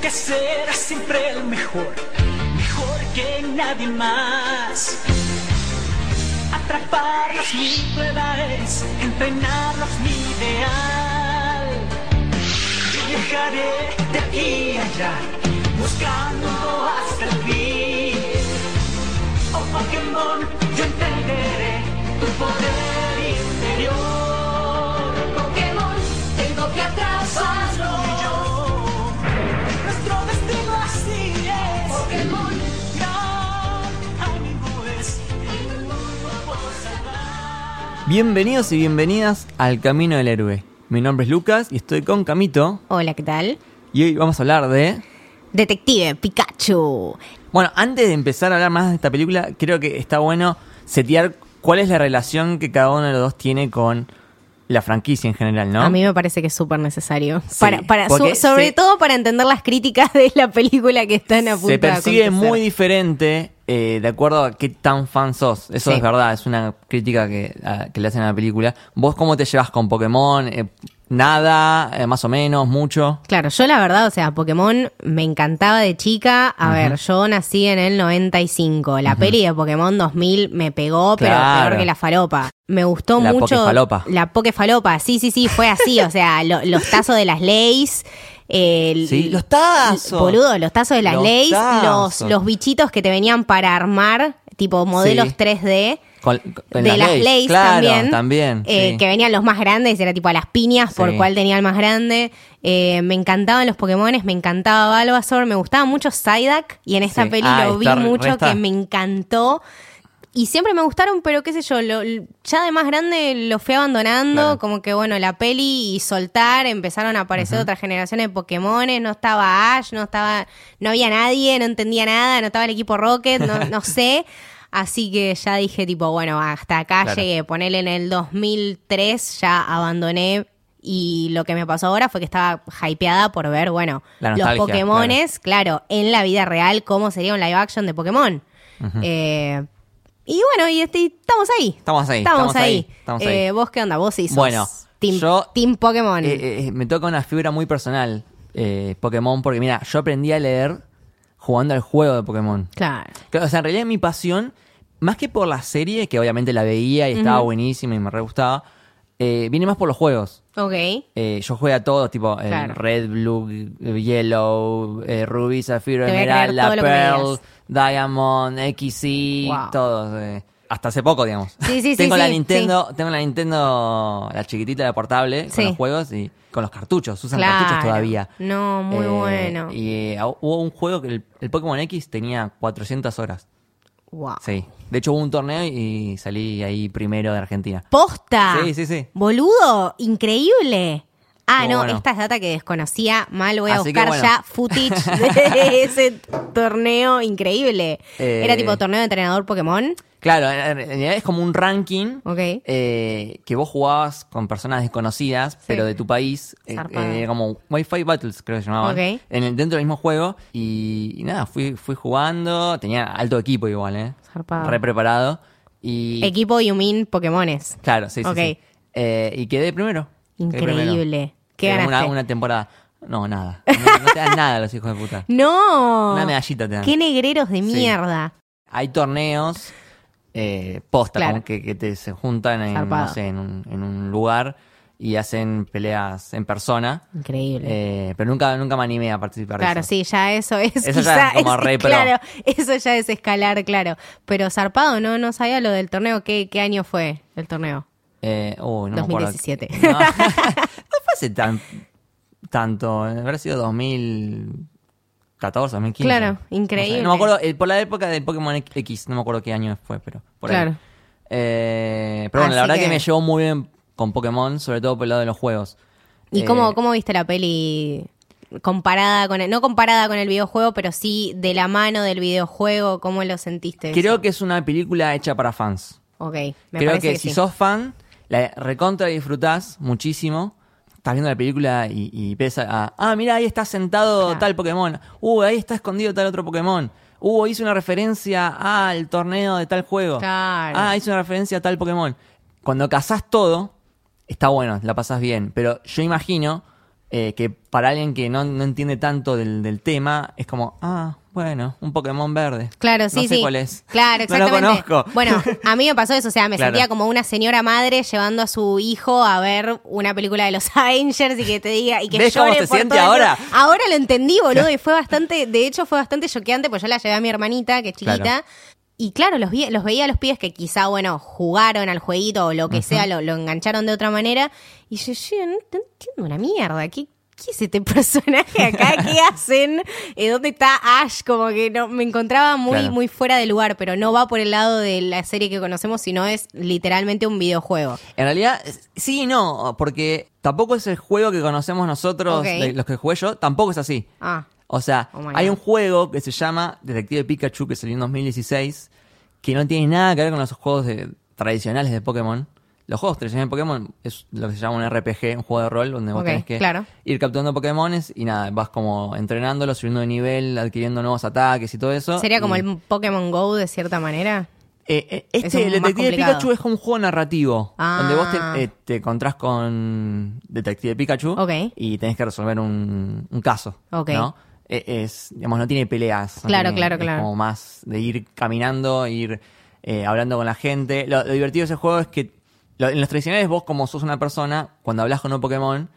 que serás siempre el mejor, mejor que nadie más. Atraparlos mi prueba es, entrenarlos mi ideal. Yo viajaré de aquí a allá, buscando hasta el fin. Oh Pokémon, yo entenderé tu poder interior. Pokémon, tengo que atraparlo. Solo yo, nuestro destino así es. Pokémon, Gran amigo es, el mundo por salvar. Bienvenidos y bienvenidas al Camino del Héroe. Mi nombre es Lucas y estoy con Camito Hola, ¿qué tal? y hoy vamos a hablar de... Detective Pikachu. Bueno, antes de empezar a hablar más de esta película, creo que está bueno setear cuál es la relación que cada uno de los dos tiene con la franquicia en general, ¿no? A mí me parece que es súper necesario. Sí, para, para su- porque sobre se- todo para entender las críticas de la película que están a punto se de percibe acontecer. muy diferente eh, de acuerdo a qué tan fan sos. Eso Sí. es verdad, es una crítica que, a- que le hacen a la película. ¿Vos cómo te llevas con Pokémon? Eh, ¿Nada? Eh, ¿Más o menos? ¿Mucho? Claro, yo la verdad, o sea, Pokémon me encantaba de chica. A ver, yo nací en el 95. La peli de Pokémon 2000 me pegó, pero Claro. peor que la faropa. Me gustó La mucho. Pokefalopa. La Pokefalopa, sí, sí, sí, fue así. o sea, lo- los tazos de las leyes. El, Sí, los tazos. Boludo, los tazos de las Los leyes, los, tazos. los bichitos que te venían para armar, tipo modelos Sí. 3D Con- con- en de las leyes, claro, también, eh, sí. que venían los más grandes, era tipo a las piñas por Sí. cuál tenía el más grande. Eh, me encantaban los Pokémones, me encantaba Balbasaur, me gustaba mucho Psyduck y en esta Sí. peli Ah, lo vi está- mucho resta. que me encantó. Y siempre me gustaron, pero qué sé yo, lo- l- ya de más grande lo fui abandonando, Claro. como que bueno, la peli y soltar, empezaron a aparecer otras generaciones de Pokémones, no estaba Ash, no estaba, no había nadie, no entendía nada, no estaba el equipo Rocket, no, no sé. Así que ya dije tipo, bueno, hasta acá Claro. llegué, ponerle en el 2003 ya abandoné y lo que me pasó ahora fue que estaba hypeada por ver, bueno, La los nostalgia, Pokémones, claro. en la vida real, cómo sería un live action de Pokémon. Eh, y bueno, y este- y estamos ahí. Estamos ahí, Estamos, estamos ahí. ahí, estamos ahí. Eh, ¿Vos qué onda? ¿Vos sí sos Bueno, team, yo- team Pokémon. Eh, eh, me toca una fibra muy personal, eh, Pokémon, porque mira, yo aprendí a leer jugando al juego de Pokémon. claro. Claro, O sea, en realidad mi pasión, más que por la serie, que obviamente la veía y estaba buenísima y me re gustaba, eh, viene más por los juegos. Ok. Eh, yo jugué a todos, tipo el Claro. Red, Blue, Yellow, eh, Ruby, Zafiro, Te voy a creer Esmeralda, todo lo que me Pearl, digas. Diamond, XY, Wow. todos. eh. Hasta hace poco, digamos. Sí, sí, sí, tengo la sí, Nintendo, tengo la Nintendo, la chiquitita, la portable, con Sí. los juegos y con los cartuchos. Usan Claro. cartuchos todavía. No, muy bueno. Y eh, hubo un juego que el- el Pokémon X tenía 400 horas. Wow. Sí. De hecho, hubo un torneo y salí ahí primero de Argentina. ¡Posta! Sí, sí, sí. Boludo, increíble. Ah, Estuvo no, bueno. esta es data que desconocía. Mal voy a Así que buscar bueno. ya footage de ese torneo increíble. Eh, Era tipo torneo de entrenador Pokémon. Claro, en en realidad es como un ranking Ok. eh, que vos jugabas con personas desconocidas, pero de tu país. eh, Zarpado. eh, como Wi-Fi Battles, creo que se llamaban. Ok. En el- dentro del mismo juego. Y, y nada, fui, fui jugando. Tenía alto equipo igual, ¿eh? Zarpado. Re preparado. Y, Equipo Yumin Pokémones. Claro, sí, sí. Ok. sí. Eh, y quedé primero. Quedé primero. Increíble. ¿Qué Eh, Una, ganaste? una temporada. No, nada. No, no te dan nada los hijos de puta. No. Una medallita te dan. Qué negreros de mierda. hay torneos eh, posta Claro. como que, que te se juntan en, no Zarpado. sé, en, un, en un lugar y hacen peleas en persona Increíble. Eh, pero nunca nunca me animé a participar de Claro, eso. sí, ya eso es Eso ya quizá- es como re pro. claro, eso ya es escalar, claro. Pero zarpado, no, no sabía lo del torneo. ¿Qué, qué año fue el torneo? Eh, uy, no me acuerdo. 2017. no, no fue hace tan tanto eh, habrá sido 2014 2015 Claro, No sé, increíble. no me acuerdo eh, por la época del Pokémon X no me acuerdo qué año fue pero por ahí. Claro. Eh, pero bueno la Así verdad que... que- me llevó muy bien con Pokémon sobre todo por el lado de los juegos ¿Y Eh, cómo, cómo viste la peli comparada con el, no comparada con el videojuego, pero sí de la mano del videojuego, cómo lo sentiste? Creo eso? que es una película hecha para fans. Ok, me Creo parece que, que, si sí. sos fan, la recontra disfrutás muchísimo. Estás viendo la película y, y ves a, a- Ah, mira, ahí está sentado Claro. tal Pokémon. Uh, ahí está escondido tal otro Pokémon. Uh, hizo una referencia al torneo de tal juego. Claro. Ah, hizo una referencia a tal Pokémon. Cuando cazás todo, está bueno, la pasás bien. Pero yo imagino eh, que para alguien que no, no entiende tanto del, del tema, es como, ah, bueno, un Pokémon verde. Claro, sí, no sé sí. cuál es. Claro, exactamente. No lo conozco. Bueno, a mí me pasó eso, o sea, me Claro. sentía como una señora madre llevando a su hijo a ver una película de los Avengers y que te diga y que ¿Ves cómo llore se por siente todo eso. ahora? Ahora lo entendí, boludo, y fue bastante, de hecho fue bastante choqueante, pues yo la llevé a mi hermanita, que es chiquita. Claro. Y claro, los, vi- los veía a los pibes que quizá, bueno, jugaron al jueguito o lo que sea, lo, lo engancharon de otra manera. Y yo, yo no te entiendo una mierda. ¿Qué, qué es este personaje acá? ¿Qué hacen? Eh, ¿Dónde está Ash? Como que no, me encontraba muy, Claro. muy fuera de lugar, pero no va por el lado de la serie que conocemos, sino es literalmente un videojuego. En realidad, s- sí y no, porque tampoco es el juego que conocemos nosotros, Ok. de los que jugué yo, tampoco es así. Ah. O sea, Oh my hay God. un juego que se llama Detective Pikachu, que salió en 2016, que no tiene nada que ver con los juegos de- tradicionales de Pokémon. Los juegos tradicionales de Pokémon es lo que se llama un RPG, un juego de rol, donde vos Ok, tenés que claro. ir capturando Pokémones y nada, vas como entrenándolos, subiendo de nivel, adquiriendo nuevos ataques y todo eso. Sería como Y- el Pokémon Go de cierta manera. eh, eh, Eso este es el más Detective complicado. Pikachu es como un juego narrativo. Ah. Donde vos te, eh, te encontrás con Detective Pikachu Ok. y tenés que resolver un, un caso. Ok. ¿no? Eh, Es, digamos, no tiene peleas. no Claro, tiene- claro, es claro. Como más de ir caminando, ir eh, hablando con la gente. Lo, lo divertido de ese juego es que lo- en los tradicionales vos, como sos una persona, cuando hablas con un Pokémon,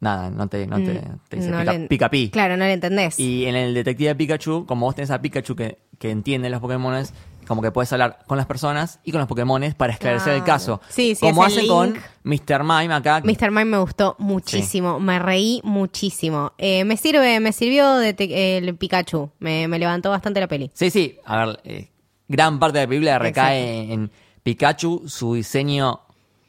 nada, no te, no te, te dice Mm, No pica, le- pica pi. Claro, no lo entendés. Y en el Detective Pikachu, como vos tenés a Pikachu que, que entiende los Pokémones, como que puedes hablar con las personas y con los Pokémones para esclarecer el Claro. caso. Sí, sí, Como es el hacen con link. Mr. Mime acá. Mr. Mime me gustó muchísimo, me reí muchísimo. Eh, me sirve, me sirvió de te- el Pikachu, me, me levantó bastante la peli. Sí, sí. A ver, eh, gran parte de la película recae en, Pikachu, su diseño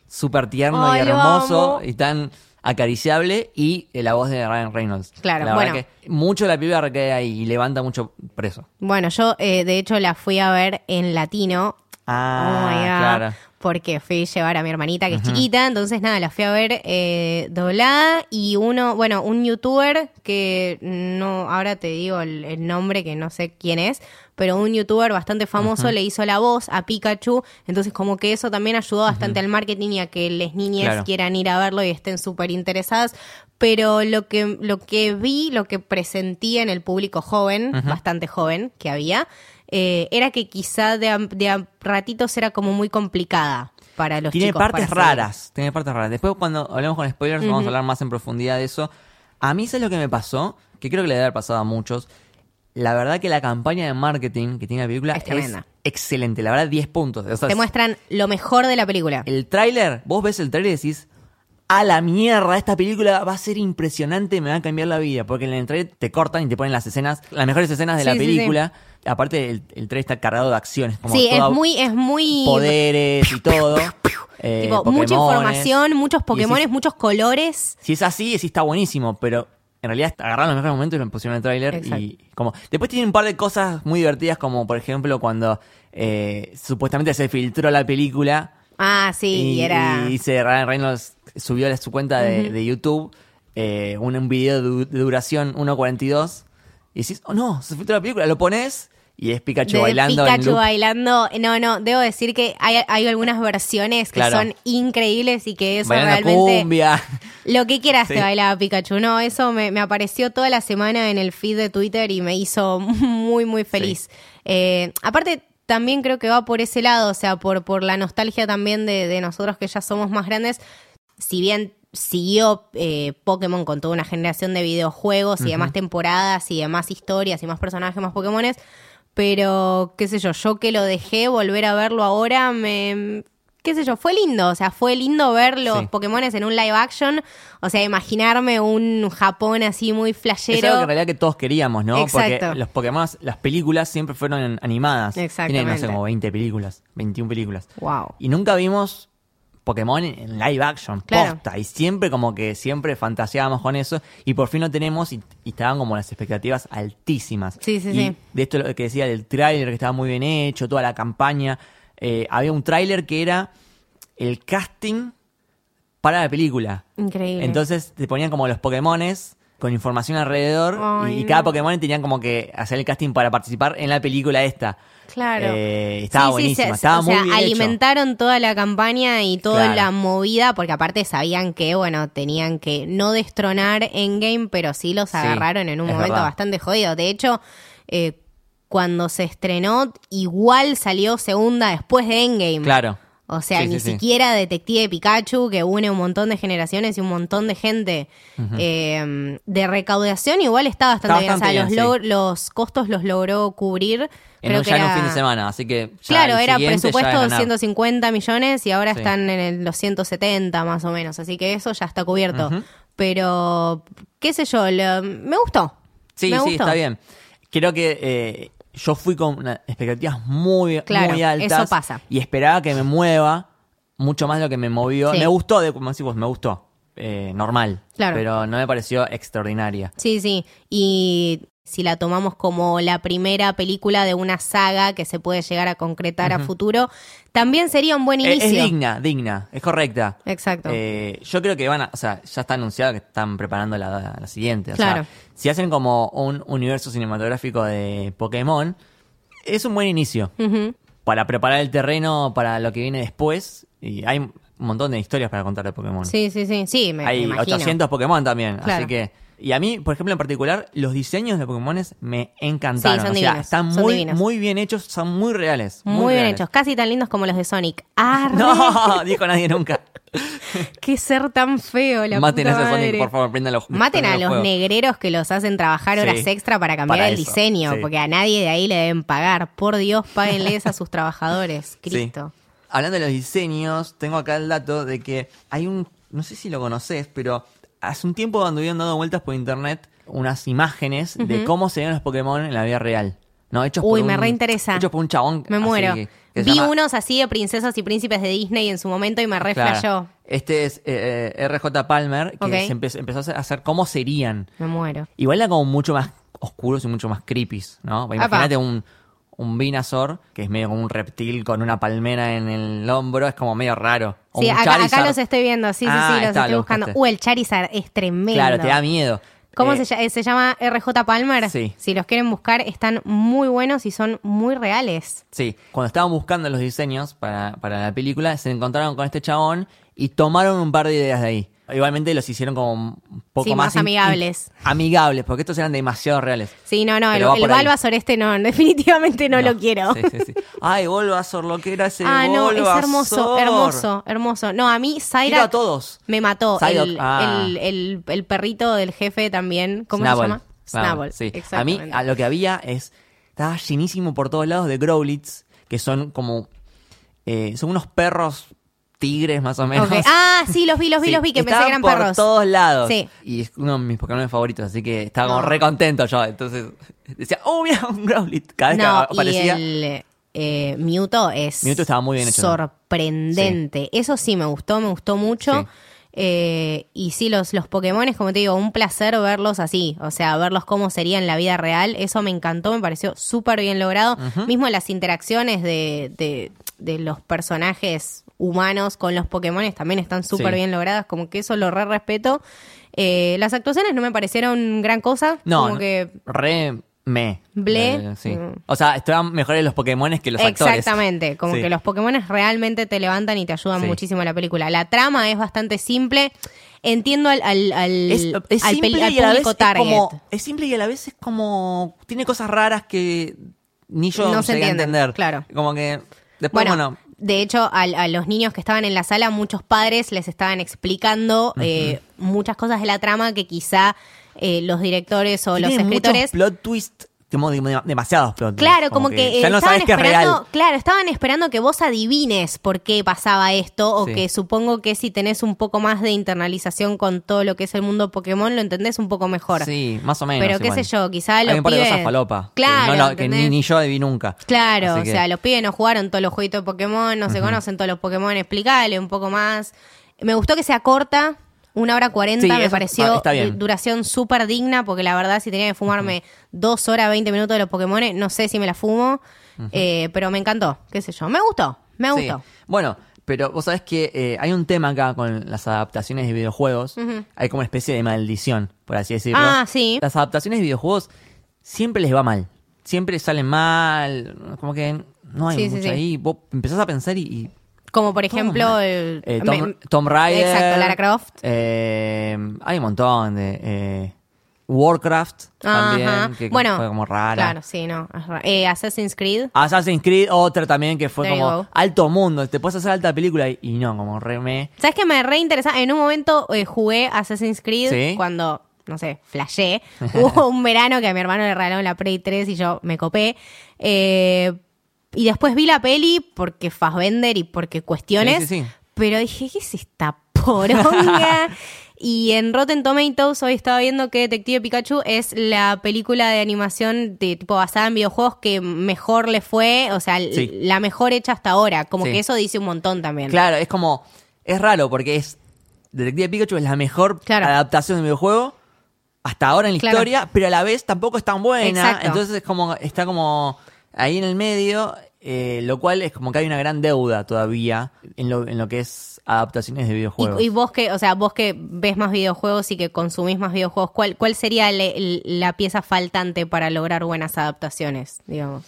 súper tierno Ay, y lo hermoso amo. y tan acariciable y eh, la voz de Ryan Reynolds. Claro, la verdad bueno. que mucho de la película recae ahí y levanta mucho preso. Bueno, yo eh, de hecho la fui a ver en latino. Ah, Oh my God. claro. Porque fui a llevar a mi hermanita que es chiquita, entonces nada, la fui a ver eh, doblada y uno, bueno, un youtuber que no, ahora te digo el, el nombre que no sé quién es, pero un youtuber bastante famoso le hizo la voz a Pikachu, entonces como que eso también ayudó bastante al marketing y a que las niñas Claro. quieran ir a verlo y estén súper interesadas. Pero lo que, lo que vi, lo que presentí en el público joven, bastante joven que había, eh, era que quizá de a, de a ratitos era como muy complicada para los tiene chicos. partes para seguir. raras, tiene partes raras. Después cuando hablemos con spoilers vamos a hablar más en profundidad de eso. A mí eso es lo que me pasó, que creo que le debe haber pasado a muchos. La verdad que la campaña de marketing que tiene la película Es es, tremenda. excelente, la verdad 10 puntos. O sea, Te muestran lo mejor de la película. el tráiler, vos ves el tráiler y decís, a la mierda, esta película va a ser impresionante, me va a cambiar la vida. Porque en el tráiler te cortan y te ponen las escenas, las mejores escenas de Sí, la sí, sí. película. Aparte el, el tráiler está cargado de acciones. Como sí, toda- es muy, es muy poderes y todo. eh, tipo, mucha Pokémones. información, muchos Y Pokémon, decís, muchos colores. Si, es así, sí está buenísimo, pero en realidad agarraron los mejores momentos y lo pusieron en el tráiler. Y como, después tiene un par de cosas muy divertidas, como por ejemplo cuando eh, supuestamente se filtró la película Ah, sí, y, y era. y dice Ryan Reynolds subió a su cuenta de, de YouTube eh, un, un video de, du- de duración 1.42 y decís, oh no, se filtró la película, lo pones y es Pikachu de bailando. en Pikachu loop. bailando. No, no, debo decir que hay, hay algunas versiones que Claro. son increíbles y que eso bailando realmente. cumbia. Lo que quieras Sí. te bailaba Pikachu. No, eso me, me apareció toda la semana en el feed de Twitter y me hizo muy, muy feliz. Eh, aparte, también creo que va por ese lado, o sea, por, por la nostalgia también de, de nosotros que ya somos más grandes. Si bien siguió eh, Pokémon con toda una generación de videojuegos y demás temporadas y demás historias y más personajes, más Pokémones, pero qué sé yo, yo que lo dejé, volver a verlo ahora me qué sé yo, fue lindo, o sea, fue lindo ver los Sí. Pokémones en un live action, o sea, imaginarme un Japón así muy Es algo que en flashero. realidad que todos queríamos, ¿no? Exacto. Porque los Pokémon, las películas siempre fueron animadas. Tienen, no Exactamente. sé, como 20 películas, 21 películas. Wow. Y nunca vimos Pokémon en- en live action, Claro. posta. Y siempre como que siempre fantaseábamos con eso. Y por fin lo tenemos y, y estaban como las expectativas altísimas. Sí, sí, Y sí. De esto lo que decía del tráiler que estaba muy bien hecho, toda la campaña. Eh, había un tráiler que era el casting para la película. Increíble. Entonces te ponían como los Pokémones con información alrededor y, Ay, y cada no. Pokémon tenían como que hacer el casting para participar en la película esta. Claro. Eh, estaba Sí, sí, buenísima, se- estaba o muy sea, bien hecho. alimentaron toda la campaña y toda Claro. la movida, porque aparte sabían que, bueno, tenían que no destronar Endgame, pero sí los Sí, agarraron en un es momento verdad. bastante jodido. De hecho, eh, cuando se estrenó, igual salió segunda después de Endgame. Claro. O sea, Sí, ni sí, sí. siquiera Detective Pikachu, que une un montón de generaciones y un montón de gente. Eh, de recaudación igual está bastante Está bien. bastante o sea, bien, los, logro- los costos los logró cubrir. En Creo un, que ya en un era- fin de semana, así que. ya Claro, el era siguiente ya es presupuesto ganar. 150 millones y ahora Sí. están en el- los 170 más o menos, así que eso ya está cubierto. Ujú. Pero, qué sé yo, lo- me gustó. Sí, Me sí, gustó. está bien. Creo que eh, yo fui con una- expectativas muy, Claro, muy altas. eso pasa. Y esperaba que me mueva mucho más de lo que me movió. Sí. Me gustó, de, como decís vos, me gustó. Eh, normal. Claro. Pero no me pareció extraordinaria. Sí, sí. Y si la tomamos como la primera película de una saga que se puede llegar a concretar a futuro, también sería un buen Eh, Es, inicio. digna, digna, es correcta. Exacto. Eh, yo creo que van a, o sea, ya está anunciado que están preparando la, la siguiente. O Claro. sea, si hacen como un universo cinematográfico de Pokémon, es un buen inicio. Ujú. para preparar el terreno para lo que viene después. Y hay un montón de historias para contar de Pokémon. Sí, sí, sí. Sí, me, me hay imagino. 800 Pokémon también. Claro. Así que. Y a mí, por ejemplo, en particular, los diseños de Pokémon me encantaron. Sí, son o sea, divinos, están son muy, divinos. muy bien hechos, son muy reales. Muy, Muy, bien reales. hechos, casi tan lindos como los de Sonic. ¡Ah! No, dijo nadie nunca. ¡Qué ser tan feo! La Maten a puta ese Sonic, madre. por favor, prendan los Maten a prendan los fuegos. negreros que los hacen trabajar horas Sí, extra para cambiar para el eso, diseño, sí. porque a nadie de ahí le deben pagar. Por Dios, páguenles a sus trabajadores, Sí. Cristo. Hablando de los diseños, tengo acá el dato de que hay un, no sé si lo conoces, pero hace un tiempo anduvieron dando vueltas por internet unas imágenes de cómo se ven los Pokémon en la vida real. No, hechos Uy, por me un- reinteresa. Hechos por un chabón. Me así muero. que- que se Vi llama- unos así de princesas y príncipes de Disney en su momento y me Claro. reflejó. Este es eh, eh, RJ Palmer, que Ok. se empezó, empezó a hacer cómo serían. Me muero. Igual era como mucho más oscuros y mucho más creepies, ¿no? Porque Apa. Imagínate un, un Venusaur, que es medio como un reptil con una palmera en el hombro, es como medio raro. O Sí, un acá, acá Charizard. los estoy viendo, sí, sí, Ah, sí, los está, estoy lo buscando. buscaste. Uh, el Charizard es tremendo. Claro, te da miedo. ¿Cómo Eh, se, llama? se llama? ¿RJ Palmer? Sí. Si los quieren buscar, están muy buenos y son muy reales. Sí, cuando estaban buscando los diseños para, para la película, se encontraron con este chabón y tomaron un par de ideas de ahí. Igualmente los hicieron como un poco Sí, más in- amigables. in- amigables, porque estos eran demasiado reales. Sí, no, no, Pero va el, el por ahí. Bulbasaur este no, definitivamente no, lo quiero. Sí, sí, sí. Ay, Volvazor, lo que era ese Ah, no, es Bulbasaur. hermoso, hermoso, hermoso. No, a mí Quiero Zaira a todos. me mató. Psyduck, el, ah. el, el- el perrito del jefe también, ¿cómo Snubble. se llama? Snubble, Snubble, sí. A mí exactamente. a lo que había es estaba llenísimo por todos lados de growlits que son como eh, son unos perros tigres más o menos. Ok. Ah, sí, los vi, los vi, Sí, los vi, que pensé estaban que eran por perros. todos lados. Sí. Ah. Y es uno de mis Pokémon favoritos, así que estaba como No. re contento yo. Entonces decía, oh, mira, un Growlit. Cada vez no, que aparecía. y el eh, Mewtwo es Mewtwo estaba muy bien hecho, ¿no? sorprendente. Eso sí me gustó, me gustó mucho. Sí. Eh, y sí, los, los Pokémon, como te digo, un placer verlos así, o sea, verlos cómo sería en la vida real, eso me encantó, me pareció súper bien logrado. Mismo las interacciones de, de- de los personajes humanos con los Pokémon también están súper Sí. bien logradas, como que eso lo re respeto. Eh, las actuaciones no me parecieron gran cosa, No, como no, que re me. Ble. Eh, sí. Mm. O sea, estaban mejores los Pokémon que los actores. Exactamente, como Sí. que los Pokémon realmente te levantan y te ayudan Sí. muchísimo en la película. La trama es bastante simple. Entiendo al, al, al, Es, es al simple peli- al y a la vez público es target. como- es simple y a la vez es como. Tiene cosas raras que ni yo No se llegué a entienden, entender. claro. Como que. Después, bueno, bueno. de hecho, al- a, los niños que estaban en la sala, muchos padres les estaban explicando eh, muchas cosas de la trama que quizá eh, los directores o los tiene muchos escritores Plot twist. Como de- demasiados plot twists. Claro, como, que, eh, ya no estaban sabes que es esperando, real. claro, estaban esperando que vos adivines por qué pasaba esto o Sí. que supongo que si tenés un poco más de internalización con todo lo que es el mundo Pokémon lo entendés un poco mejor. Sí, más o menos. Pero qué igual. sé yo, quizá Hay los un par de pibes- cosas falopa. que Claro, no lo- que ¿entendés? ni, ni yo vi nunca. Claro, Así o que- sea, los pibes no jugaron todos los jueguitos de Pokémon, no se conocen todos los Pokémon, explicale un poco más. Me gustó que sea corta, una hora cuarenta, Sí, me eso- ah, pareció está bien. du- duración súper digna, porque la verdad si tenía que fumarme dos horas, veinte minutos de los Pokémon, no sé si me la fumo, eh, pero me encantó, qué sé yo, me gustó, me Sí. gustó. Bueno, Pero vos sabés que eh, hay un tema acá con las adaptaciones de videojuegos. Hay como una especie de maldición, por así decirlo. Ah, sí. Las adaptaciones de videojuegos siempre les va mal. Siempre salen mal. Como que no hay Sí, sí, mucho sí. ahí. Vos empezás a pensar y. y Como por todo ejemplo mal. el- Eh, me- Tom, Tom Raider. Exacto, Lara Croft. eh, hay un montón de. eh, Warcraft también. Ajá. Que bueno, fue como rara. Claro, sí, no. es ra- Eh, Assassin's Creed. Assassin's Creed, otra también que fue There you como go. alto mundo, te puedes hacer alta película y, y no, como remé. ¿Sabes que me reinteresa? En un momento eh, jugué Assassin's Creed Sí. cuando, no sé, flashé. Hubo un verano que a mi hermano le regalaron la Play 3 y yo me copé. Eh, y después vi la peli porque Fassbender y porque Sí, cuestiones. sí, sí. Pero dije, ¿qué es esta poronga? y en Rotten Tomatoes hoy estaba viendo que Detective Pikachu es la película de animación de tipo basada en videojuegos que mejor le fue, o sea, l- Sí. la mejor hecha hasta ahora. Como Sí. que eso dice un montón también. Claro, es como, es raro porque es, Detective Pikachu es la mejor Claro. adaptación de videojuego hasta ahora en la Claro. historia, pero a la vez tampoco es tan buena. Exacto. Entonces es como, está como ahí en el medio, eh, lo cual es como que hay una gran deuda todavía en lo, en lo que es adaptaciones de Y, videojuegos. y vos que, o sea, vos que ves más videojuegos y que consumís más videojuegos, ¿cuál, cuál sería el- el- la pieza faltante para lograr buenas adaptaciones, digamos?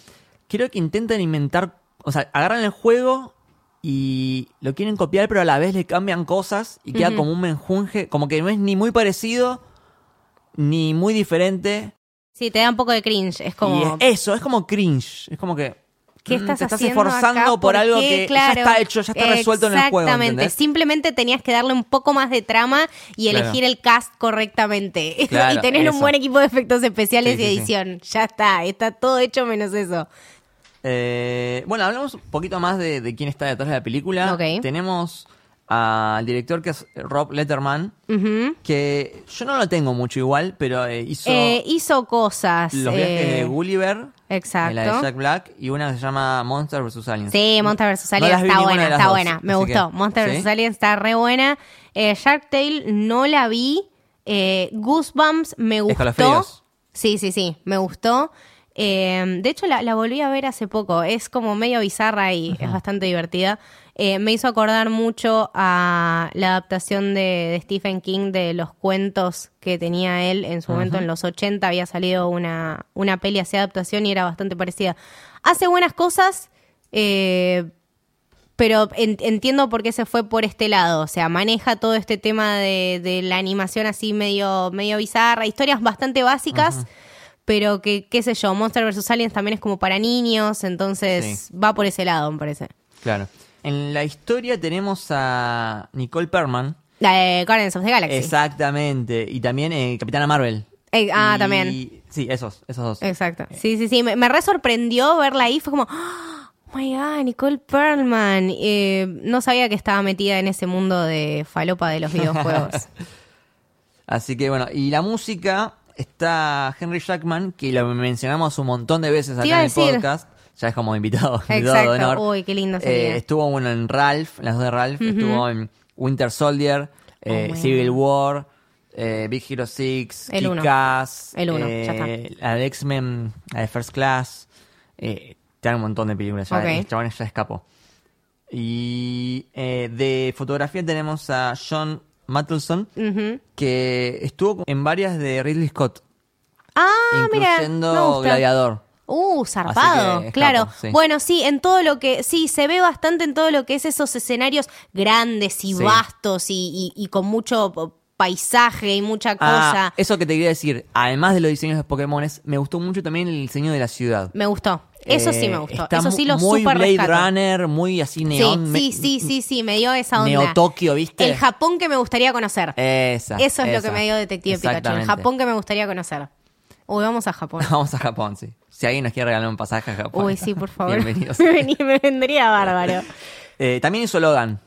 creo que intentan inventar, o sea, agarran el juego y lo quieren copiar, pero a la vez le cambian cosas y queda como un menjunje, como que no es ni muy parecido ni muy diferente. Sí, te da un poco de cringe, es como... Y es eso, es como cringe, es como que ¿Qué mm, estás, te estás haciendo esforzando acá? por, algo qué? que Claro. ya está hecho, ya está resuelto en el juego. Exactamente. ¿entendés? Simplemente tenías que darle un poco más de trama y Claro. elegir el cast correctamente. Claro, y tener eso. un buen equipo de efectos especiales Sí, y sí, sí. edición. Ya está, está todo hecho menos eso. Eh, bueno, hablamos un poquito más de, de quién está detrás de la película. Ok. Tenemos al director que es Rob Letterman, Mm. que yo no lo tengo mucho igual, pero eh, hizo Eh, hizo cosas. Los eh, viajes de Gulliver, exacto. la de Jack Black, y una que se llama Monster vs. Aliens. Sí, Monster vs. No Alien las vi está ninguna buena, de las está dos, buena. Me así gustó. que- Monster ¿sí? vs. Alien está re buena. Eh, Shark Tale no la vi. Eh, Goosebumps me gustó. Escalofríos. Sí, sí, sí, me gustó. Eh, de hecho, la, la volví a ver hace poco. Es como medio bizarra y es bastante divertida. Eh, me hizo acordar mucho a la adaptación de, de Stephen King de los cuentos que tenía él en su momento en los 80. Había salido una, una peli así de adaptación y era bastante parecida. Hace buenas cosas, eh, pero en- entiendo por qué se fue por este lado. O sea, maneja todo este tema de, de la animación así medio, medio bizarra, historias bastante básicas, pero que, qué sé yo, Monster vs. Aliens también es como para niños, entonces va por ese lado, me parece. Claro. En la historia tenemos a Nicole Perman. La de Guardians of the Galaxy. Exactamente. Y también eh, Capitana Marvel. Eh, ah, Y- también. Sí, esos, esos dos. Exacto. Sí, sí, sí. Me, me re sorprendió verla ahí. Fue como, ¡Ah! oh my god, Nicole Perlman. Eh, no sabía que estaba metida en ese mundo de falopa de los videojuegos. Así que bueno, y la música está Henry Jackman, que lo mencionamos un montón de veces Te acá iba a en el decir. podcast. Ya es como invitado. invitado Exacto. de honor. Uy, qué lindo sería. Eh, estuvo bueno en Ralph, en las dos de Ralph. Estuvo en Winter Soldier, eh, Oh, bueno. Civil War, eh, Big Hero 6, El uno. Kick-Ass, El uno, eh, ya está. La de X-Men, la de First Class. Eh, te dan un montón de películas. Ya, Ok. El chabón ya escapó. Y eh, de fotografía tenemos a John Mattelson, que estuvo en varias de Ridley Scott, ah, mira. me incluyendo gusta. Gladiador. Uh, zarpado, escapo, claro. sí. Bueno, sí, en todo lo que, sí, se ve bastante en todo lo que es esos escenarios grandes y Sí. vastos y, y- y con mucho po- paisaje y mucha Ah, cosa. eso que te quería decir, además de los diseños de Pokémon, me gustó mucho también el diseño de la ciudad. Me gustó, eso Eh, sí me gustó, está eso sí lo mu- Muy super Blade rescato. Runner, muy así Sí, neón. me- sí, sí, sí, sí, me dio esa onda. Neo Tokio, ¿viste? El Japón que me gustaría conocer. Esa, eso es lo esa. que me dio Detective Pikachu. El Exactamente. Japón que me gustaría conocer. Uy, vamos a Japón. Vamos a Japón, sí. Si alguien nos quiere regalar un pasaje a Japón. Uy, sí, por favor. Bienvenidos. me, vení- me vendría bárbaro. Eh, también hizo Logan.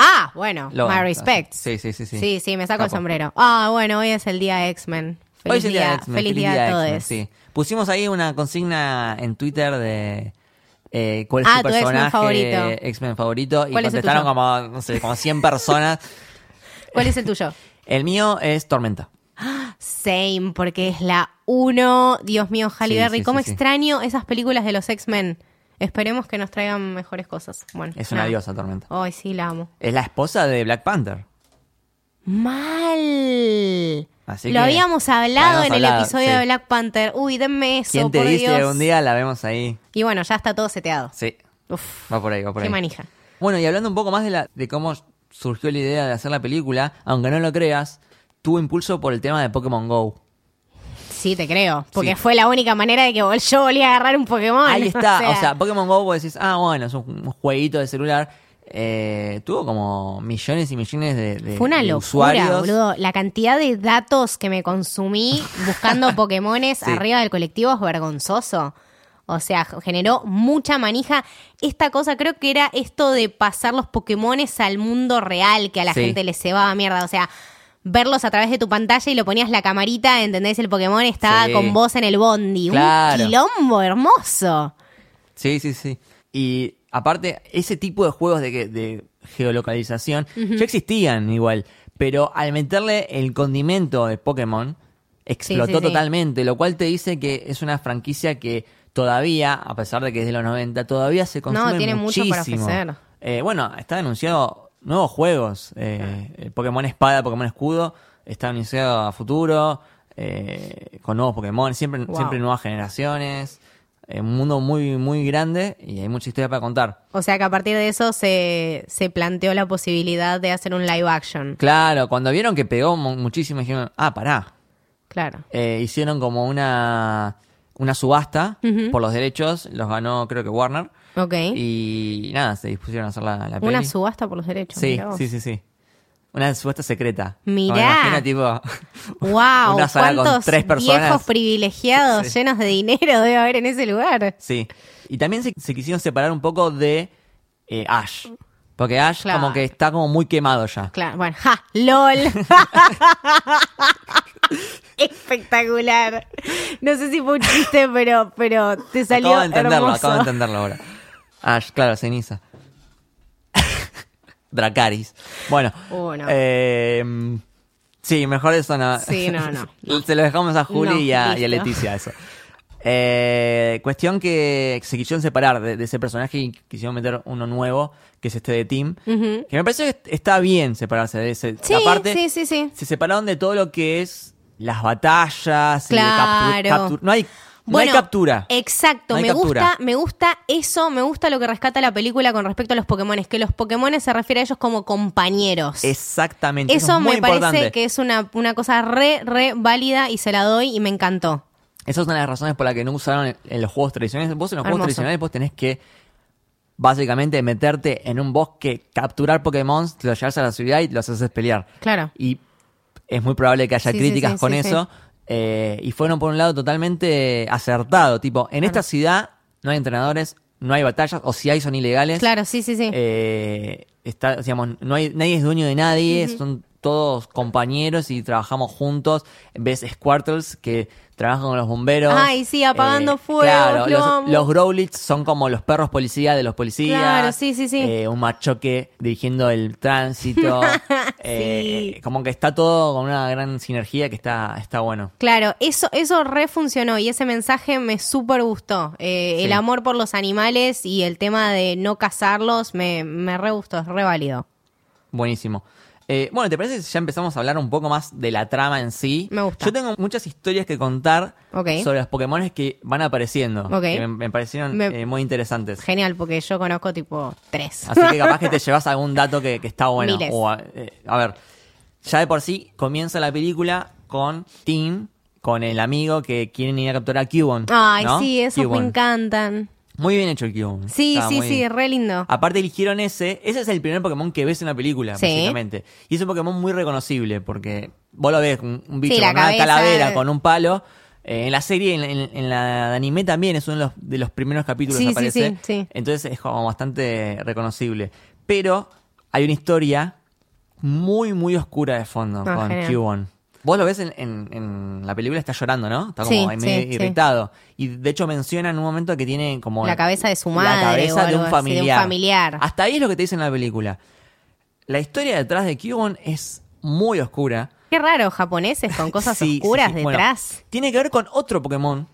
Ah, bueno, Logan. my respect. Sí, sí, sí, sí. Sí, sí, me saco el Capo. sombrero. Ah, bueno, hoy es el día de X-Men. Feliz, Hoy es el día de X-Men, feliz día a de todos. X-Men, sí. Pusimos ahí una consigna en Twitter de eh, cuál es Ah, tu tu X-Men personaje favorito. X-Men favorito y ¿Cuál es el contestaron tuyo? como no sé, como 100 personas. ¿Cuál es el tuyo? El mío es Tormenta. Same, porque es la uno. Dios mío, Halle Sí, Berry. sí, ¿Cómo sí, sí. extraño esas películas de los X-Men? Esperemos que nos traigan mejores cosas. Bueno, Es una nada. diosa tormenta. Ay, sí, la amo. Es la esposa de Black Panther. Mal. Así Lo que- habíamos Lo hablado habíamos en el hablado, episodio sí. de Black Panther. Uy, denme eso, ¿Quién te por dice Dios. un día la vemos ahí? Y bueno, ya está todo seteado. Sí, Uf, va por ahí, va por qué ahí. manija. Bueno, y hablando un poco más de, la, de cómo surgió la idea de hacer la película, aunque no lo creas, tuvo impulso por el tema de Pokémon Go. Sí, te creo. Porque Sí. fue la única manera de que vol- yo volví a agarrar un Pokémon. Ahí está, o sea, Pokémon Go vos decís, ah, bueno, es un, un jueguito de celular. Eh, tuvo como millones y millones de, de Fue una de eh, locura, usuarios. boludo. La cantidad de datos que me consumí buscando Pokémones Sí. arriba del colectivo es vergonzoso. O sea, generó mucha manija. Esta cosa creo que era esto de pasar los Pokémones al mundo real, que a la Sí. gente le cebaba mierda. O sea, verlos a través de tu pantalla y lo ponías la camarita, ¿entendés? El Pokémon estaba Sí. con vos en el bondi. Claro. Un quilombo hermoso. Sí, sí, sí. Y aparte, ese tipo de juegos de, que- de geolocalización ya existían igual, pero al meterle el condimento de Pokémon, explotó sí, sí. totalmente, lo cual te dice que es una franquicia que todavía, a pesar de que es de los 90, todavía se consume No, tiene mucho para muchísimo. ofrecer. Eh, bueno, está anunciado nuevos juegos, eh, el Pokémon Espada, Pokémon Escudo, está anunciado a futuro, eh, con nuevos Pokémon, siempre, Wow. siempre nuevas generaciones. eh, Un mundo muy, muy grande y hay mucha historia para contar. O sea que a partir de eso se, se planteó la posibilidad de hacer un live action. Claro, cuando vieron que pegó mu- muchísimo, dijeron, ah, pará. Claro. Eh, hicieron como una, una subasta por los derechos, los ganó creo que Warner. Ok. Y nada, se dispusieron a hacer la, la Una peli. subasta por los derechos. Sí, mirá vos. sí, sí, sí. Una subasta secreta. Mirá. Me imagino, tipo, Wow, Una sala con cuántos tres personas. viejos privilegiados Sí. llenos de dinero debe haber en ese lugar. Sí. Y también se, se quisieron separar un poco de eh, Ash. Porque Ash Claro. como que está como muy quemado ya. Claro, bueno, ja, lol. Espectacular. No sé si fue un chiste, pero, pero te salió acabo de entenderlo, hermoso. acabo de entenderlo ahora. Ash, claro, ceniza. Dracaris. Bueno. Oh, no. eh, sí, mejor eso no. Sí, no, no. Se lo dejamos a Juli No, y, a, y a listo. Leticia eso. Eh, cuestión que se quisieron separar de, de ese personaje y quisieron meter uno nuevo, que es este de Tim. Que me parece que está bien separarse de ese. Sí, Aparte, sí, sí, sí. se separaron de todo lo que es las batallas. y de captu- Claro. captu- no hay, no hay captura. Exacto, No hay me captura. gusta, me gusta eso, me gusta lo que rescata la película con respecto a los Pokémon, que los Pokémon se refiere a ellos como compañeros. Exactamente. Eso, es muy me parece importante. que es una, una cosa re, re válida y se la doy y me encantó. Esa es una de las razones por la que no usaron en- en los juegos tradicionales. Vos en los Hermoso. juegos tradicionales vos tenés que básicamente meterte en un bosque, capturar Pokémon, los llevas a la ciudad y los haces pelear. Claro. Y es muy probable que haya Sí, sí, críticas sí, con sí, eso. Eh, y fueron por un lado totalmente acertado. Tipo, en esta ciudad no hay entrenadores, no hay batallas, o si hay son ilegales. Claro, sí, sí, sí. Eh, está, digamos, no hay, nadie es dueño de nadie, son todos compañeros y trabajamos juntos. Ves Squirtles que trabajan con los bomberos. Eh, Ay, sí, apagando fuegos, Claro, lo los, amo. los Growlits son como los perros policía de los policías. Claro, sí, sí, sí. Eh, un machoque dirigiendo el tránsito. Eh, Sí. como que está todo con una gran sinergia que está, está bueno. Claro, eso, eso re funcionó y ese mensaje me súper gustó. Eh, Sí. El amor por los animales y el tema de no cazarlos me, me re gustó, es re válido. Buenísimo. Eh, bueno, ¿te parece si ya empezamos a hablar un poco más de la trama en sí? Me gusta. Yo tengo muchas historias que contar Ok. sobre los Pokémon que van apareciendo. Ok. Que me, me parecieron Me- eh, muy interesantes. Genial, porque yo conozco tipo tres. Así que capaz que te llevas algún dato que, que está bueno. Miles. O a, eh, a ver, ya de por sí comienza la película con Tim, con el amigo que quieren ir a capturar a Cubone. Ay, ¿no? sí, esos Cubone. me encantan. Muy bien hecho el Cubone. Sí, Estaba sí, muy- Ah. sí, re lindo. Aparte eligieron ese. Ese es el primer Pokémon que ves en la película, Sí. básicamente. Y es un Pokémon muy reconocible porque vos lo ves, un, un bicho Sí, la con una cabeza. calavera, con un palo. Eh, en la serie, en, en- en la de anime también es uno de los, de los primeros capítulos Sí, que sí, aparece. sí, sí. Entonces es como bastante reconocible. Pero hay una historia muy, muy oscura de fondo Ah, con genial. Cubone. Vos lo ves en, en- en la película, está llorando, ¿no? Está como Sí, ahí medio sí, sí. irritado. Y de hecho menciona en un momento que tiene como... La cabeza de su madre La o cabeza de algo un así, de un familiar. familiar. Hasta ahí es lo que te dicen en la película. La historia detrás de Cubone es muy oscura. Qué raro, japoneses con cosas Sí, sí, oscuras sí. Bueno, detrás. tiene que ver con otro Pokémon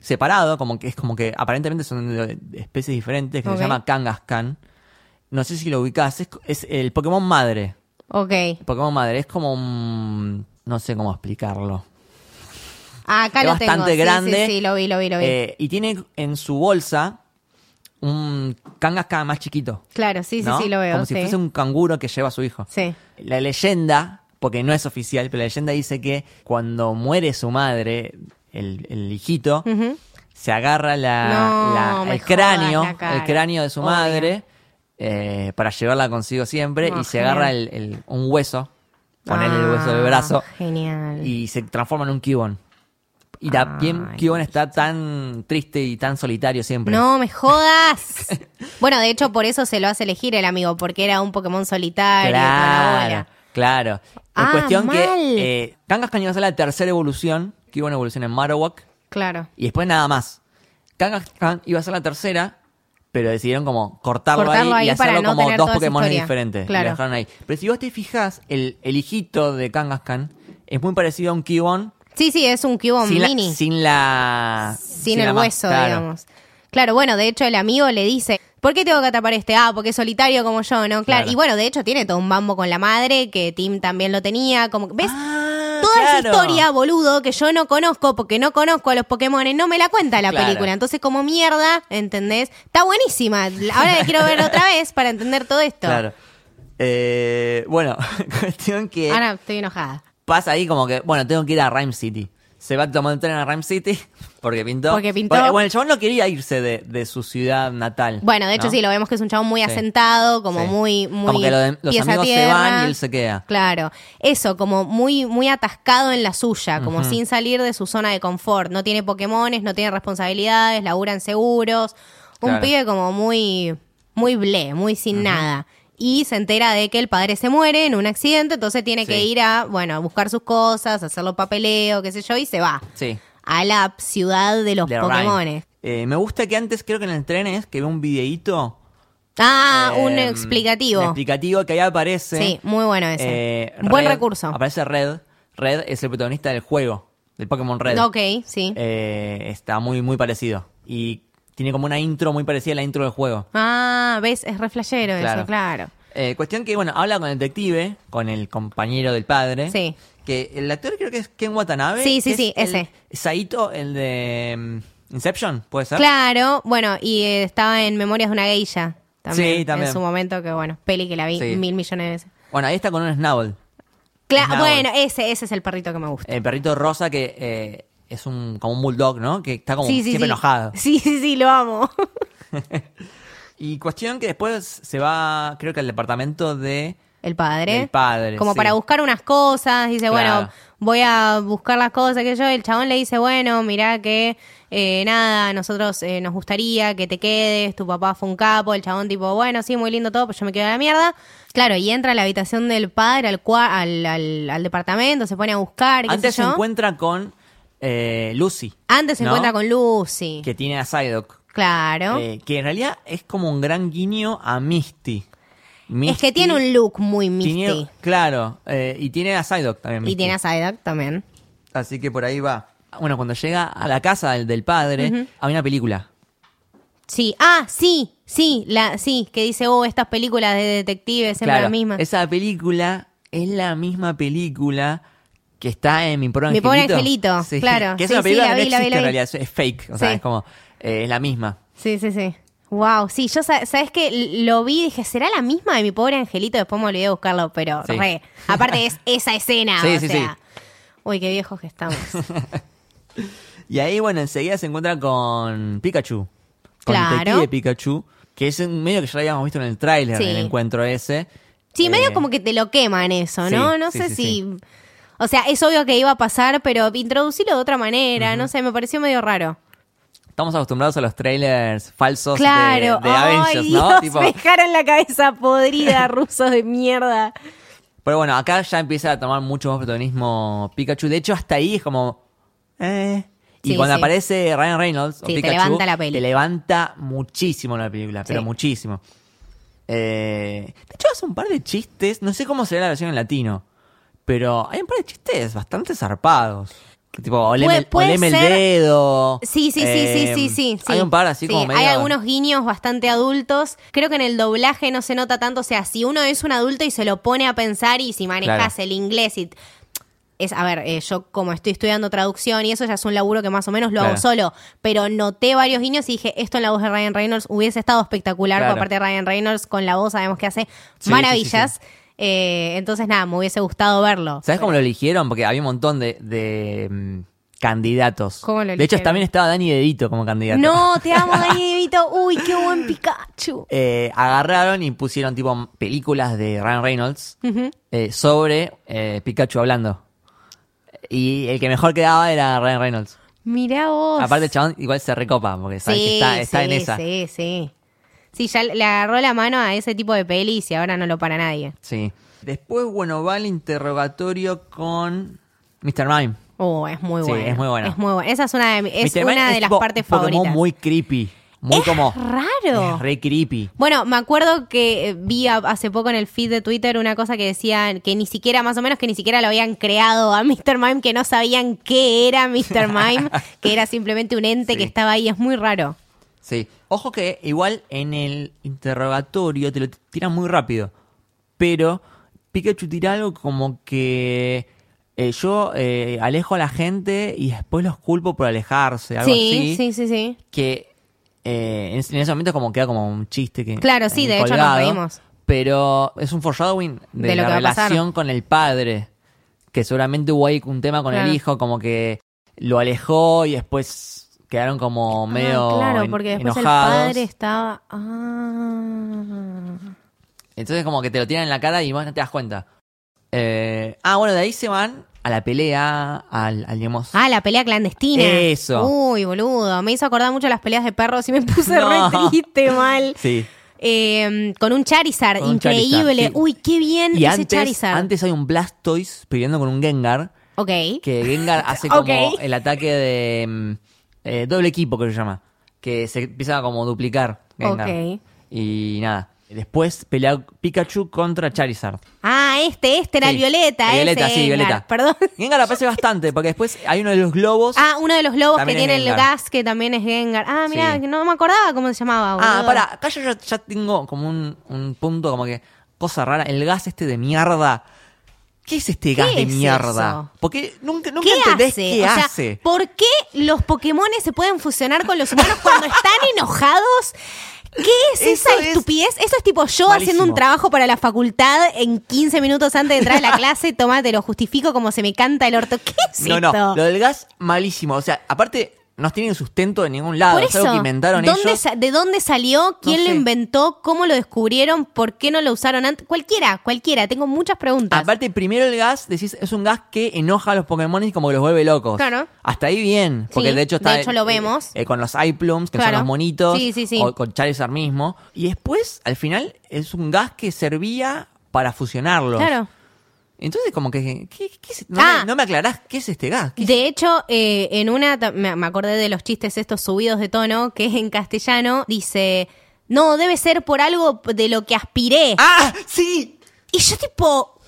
separado, como que es como que aparentemente son de de especies diferentes, que Ok. se llama Kangaskhan. No sé si lo ubicás, es, es el Pokémon madre. Ok. El Pokémon madre es como un... no sé cómo explicarlo. Ah, acá Es lo tengo. bastante Sí, grande. Sí, sí, lo vi, lo vi, lo vi. Eh, y tiene en su bolsa un Kangaskhan más chiquito. claro, sí, sí, ¿no? sí, lo veo. Como si sí. fuese un canguro que lleva a su hijo. Sí. La leyenda, porque no es oficial, pero la leyenda dice que cuando muere su madre, el, el hijito, Ujú. se agarra la, No, la- me el cráneo, jodas la cara. el cráneo de su Obvio. madre eh, para llevarla consigo siempre No, y se genial. agarra el, el- un hueso, ponerle el hueso Ah, del brazo Genial. y se transforma en un kibon. Y también Ay. Kibon está tan triste y tan solitario siempre. No me jodas. bueno, de hecho, por eso se lo hace elegir el amigo, porque era un Pokémon solitario. toda la Claro, bola. claro. Es Ah, cuestión mal. que eh, Kangaskhan iba a ser la tercera evolución. Kibon evoluciona en Marowak. Claro. Y después nada más. Kangaskhan iba a ser la tercera, pero decidieron como cortarlo, Cortarlo ahí y hacerlo para no como tener dos toda esa Pokémon historia. diferentes. y lo Claro. dejaron ahí. Pero si vos te fijás, el, el hijito de Kangaskhan es muy parecido a un Kibon Sí, sí, es un Cubone sin, la- mini. sin la. sin, la el más- hueso, claro. digamos. Claro, bueno, de hecho el amigo le dice, ¿por qué tengo que atrapar este? Ah, porque es solitario como yo, ¿no? Claro. Claro. Y bueno, de hecho tiene todo un bambo con la madre, que Tim también lo tenía, como que- ¿ves? Ah, Toda esa claro. historia, boludo, que yo no conozco porque no conozco a los Pokémon, no me la cuenta la Claro. película. Entonces, como mierda, ¿entendés? Está buenísima. Ahora la quiero ver otra vez para entender todo esto. Claro. Eh, bueno, cuestión que. Ahora estoy enojada. pasa ahí como que, bueno, tengo que ir a Rhyme City. Se va a tomar un tren a Rhyme City porque pintó. Porque pintó. bueno, el chabón no quería irse de, de su ciudad natal. Bueno, de hecho ¿no? sí, lo vemos que es un chabón muy Sí. asentado, como Sí. muy, muy Como que lo de- los pies a amigos se tierra. van y él se queda. Claro, eso, como muy, muy atascado en la suya, como sin salir de su zona de confort. No tiene Pokémones, no tiene responsabilidades, laburan seguros. Un Claro. pibe como muy, muy ble, muy sin nada. Y se entera de que el padre se muere en un accidente, entonces tiene que Sí. ir a, bueno, a buscar sus cosas, hacer los papeleo, qué sé yo, y se va. Sí. A la ciudad de los de Rhyme. Pokémones. Eh, me gusta que antes, creo que en el tren es que ve un videíto. Ah, un eh, explicativo. un explicativo que ahí aparece. Sí, muy bueno ese. eh, Buen Red- recurso. Aparece Red. Red es el protagonista del juego, del Pokémon Red. Ok, sí. Eh, está muy, muy parecido. Y tiene como una intro muy parecida a la intro del juego. Ah, ves, es re flashero Claro. eso, claro. Eh, cuestión que, bueno, habla con el detective, con el compañero del padre. Sí. Que el actor creo que es Ken Watanabe. Sí, que sí, es sí, el- ese. Saito, el de mm, Inception, ¿puede ser? Claro, bueno, y eh, estaba en Memorias de una Geisha también. Sí, también. En su momento, que bueno, peli que la vi Sí. mil millones de veces. Bueno, ahí está con un Snubble. Cla- Snubble. bueno, ese, ese es el perrito que me gusta. El perrito rosa que eh, es un, como un bulldog, ¿no? Que está como sí, sí, siempre sí. enojado. Sí, sí, sí, lo amo. Y cuestión que después se va, creo que al departamento de... El padre. Del padre, Como sí. para buscar unas cosas. Dice, Claro. bueno, voy a buscar las cosas, que yo. El chabón le dice, bueno, mirá que eh, nada, nosotros eh, nos gustaría que te quedes. Tu papá fue un capo. El chabón, tipo, bueno, sí, muy lindo todo, pero yo me quedo a la mierda. Claro, y entra a la habitación del padre al, cua- al, al, al departamento, se pone a buscar. qué Antes sé se yo. encuentra con eh, Lucy. Antes se ¿no? encuentra con Lucy. Que tiene a Psyduck. Claro. Eh, que en realidad es como un gran guiño a Misty. es que tiene un look muy misty. tiene- claro, eh, y tiene a Psyduck también. y Misty. tiene a Psyduck también. Así que por ahí va. Bueno, cuando llega a la casa del, del padre, hay una película. Sí, ah, sí, sí, la, sí, que dice, oh, estas películas de detectives siempre claro, las mismas. Esa película es la misma película que está en Mi Pobre Mi Angelito. Pobre Angelito, claro. Que es Sí, una sí, película la que vi, no existe la vi, la en vi. realidad, es- es fake. O sea, Sí. es como, eh, es la misma. Sí, sí, sí. Wow, sí, yo sa- sabes que lo vi y dije, ¿será la misma de mi pobre angelito? Después me olvidé de buscarlo, pero Sí. re. Aparte es esa escena, Sí, o sí, sea. Uy, qué viejos que estamos. Y ahí, bueno, enseguida se encuentra con Pikachu. Con Claro. el detective Pikachu. Que es un medio que ya lo habíamos visto en el tráiler, Sí. en el encuentro ese. Sí, medio Eh, como que te lo queman eso, ¿no? sí, no sí, sé sí, si... sí. O sea, es obvio que iba a pasar, pero introducirlo de otra manera, no sé, me pareció medio raro. Estamos acostumbrados a los trailers falsos de- Claro, de, Avengers, Ay, ¿no? Dios, Tipo- me dejaron la cabeza podrida, rusos de mierda. Pero bueno, acá ya empieza a tomar mucho más protagonismo Pikachu. De hecho, hasta ahí es como. eh. Y Sí, cuando sí. aparece Ryan Reynolds o Sí, te Pikachu, levanta la peli. te levanta muchísimo la película, pero Sí. muchísimo. Eh, de hecho, hace un par de chistes. No sé cómo será la versión en latino, pero hay un par de chistes bastante zarpados. Tipo, oleme, el- puede oleme el ser- dedo. Sí, sí, sí, sí, Eh, sí, sí, sí. Hay un par así Sí, como medio- Hay algunos guiños bastante adultos. Creo que en el doblaje no se nota tanto. O sea, si uno es un adulto y se lo pone a pensar y si manejas Claro. el inglés y... Es, a ver, eh, yo como estoy estudiando traducción y eso ya es un laburo que más o menos lo hago Claro. solo, pero noté varios guiños y dije, esto en la voz de Ryan Reynolds hubiese estado espectacular, Claro. porque aparte Ryan Reynolds con la voz sabemos que hace sí, maravillas, Eh, entonces nada, me hubiese gustado verlo. ¿Sabes cómo lo eligieron? Porque había un montón de, de, mm, candidatos. ¿Cómo lo de hecho, eligieron? también estaba Dani Dedito como candidato. No, te amo, Dani DeVito. Uy, qué buen Pikachu. Eh, agarraron y pusieron tipo películas de Ryan Reynolds eh, sobre eh, Pikachu hablando. Y el que mejor quedaba era Ryan Reynolds. Mirá vos. Aparte, el chabón igual se recopa, porque sabes que está, está sí, en esa. Sí. Sí, sí. Sí, ya le agarró la mano a ese tipo de pelis y ahora no lo para nadie. Después, bueno, va el interrogatorio con Mr. Mime. Oh, es muy Sí, buena. es muy buena. Es muy buena. Esa es una de, mi- es Mr. Mime una de las tipo partes un Pokémon favoritas. muy creepy. Muy Es como. raro. Es re creepy. Bueno, me acuerdo que eh, vi a- hace poco en el feed de Twitter una cosa que decían que ni siquiera, más o menos, que ni siquiera lo habían creado a Mr. Mime, que no sabían qué era Mr. Mime, que era simplemente un ente que Sí. estaba ahí. Es muy raro. Sí. Ojo que igual en el interrogatorio te lo tiran muy rápido. Pero Pikachu tira algo como que eh, yo eh, alejo a la gente y después los culpo por alejarse. Algo Sí, así. sí, sí, sí. Que eh, en, en ese momento como queda como un chiste que Claro, sí, ahí de hecho nos reímos. Pero es un foreshadowing de, De lo la que va a pasar. relación con el padre. Que seguramente hubo ahí un tema con Claro. el hijo, como que lo alejó y después quedaron como Ah, medio claro, en- porque después enojados. el padre estaba. Ah. Entonces como que te lo tiran en la cara y vos no te das cuenta. Eh, ah, bueno, de ahí se van a la pelea, al, al digamos... Ah, la pelea clandestina. Eso. Uy, boludo. Me hizo acordar mucho las peleas de perros y me puse No. re triste mal. Sí. Eh, con un Charizard, Con un increíble. Charizard, sí. Uy, qué bien Y ese antes, Charizard. antes hay un Blastoise peleando con un Gengar. ok. Que Gengar hace como Ok. el ataque de mm, eh, doble equipo, que se llama. Que se empieza a como duplicar Gengar. Ok. Y nada. Después pelea Pikachu contra Charizard. Ah, este, este era el Sí. Violeta. El Violeta, ese, sí, Edgar. Violeta. Perdón. Gengar aparece bastante, porque después hay uno de los globos. Ah, uno de los lobos También que es tiene el Gengar. gas, que también es Gengar. Ah, mira, Sí. no me acordaba cómo se llamaba. Ah, boludo. para, acá yo ya, ya tengo como un, un punto, como que cosa rara. El gas este de mierda. ¿Qué es este gas de es mierda? eso? Porque nunca, nunca ¿Qué entendés hace? qué O sea, hace. ¿Por qué los Pokémon se pueden fusionar con los humanos cuando están enojados? ¿Qué es Eso esa es- estupidez? Eso es tipo yo haciendo un Malísimo. trabajo para la facultad en 15 minutos antes de entrar a la clase, tomá, te lo justifico como se me canta el orto. ¿Qué es No, esto? no, lo del gas, malísimo. O sea, aparte, no tienen sustento de ningún lado. Por es algo eso, que inventaron ¿dónde ellos. sa- ¿de dónde salió? ¿Quién No lo sé. inventó? ¿Cómo lo descubrieron? ¿Por qué no lo usaron antes? Cualquiera, cualquiera. Tengo muchas preguntas. Aparte, primero el gas, decís, es un gas que enoja a los Pokémon y como que los vuelve locos. Claro. Hasta ahí bien. Porque Sí, de hecho está. de hecho lo eh, vemos. eh, con los iPlums, que son Claro. los monitos. Sí, sí, sí. O con Charizard mismo. Y después, al final, es un gas que servía para fusionarlos. Claro. Entonces, como que. ¿qué- qué es- no, Ah. me, no me aclarás qué es este gas. ¿Qué es- De hecho, eh, en una, ta- me me acordé de los chistes estos subidos de tono, que en castellano dice, no, debe ser por algo de lo que aspiré. ¡Ah! ¡Sí! Y yo tipo,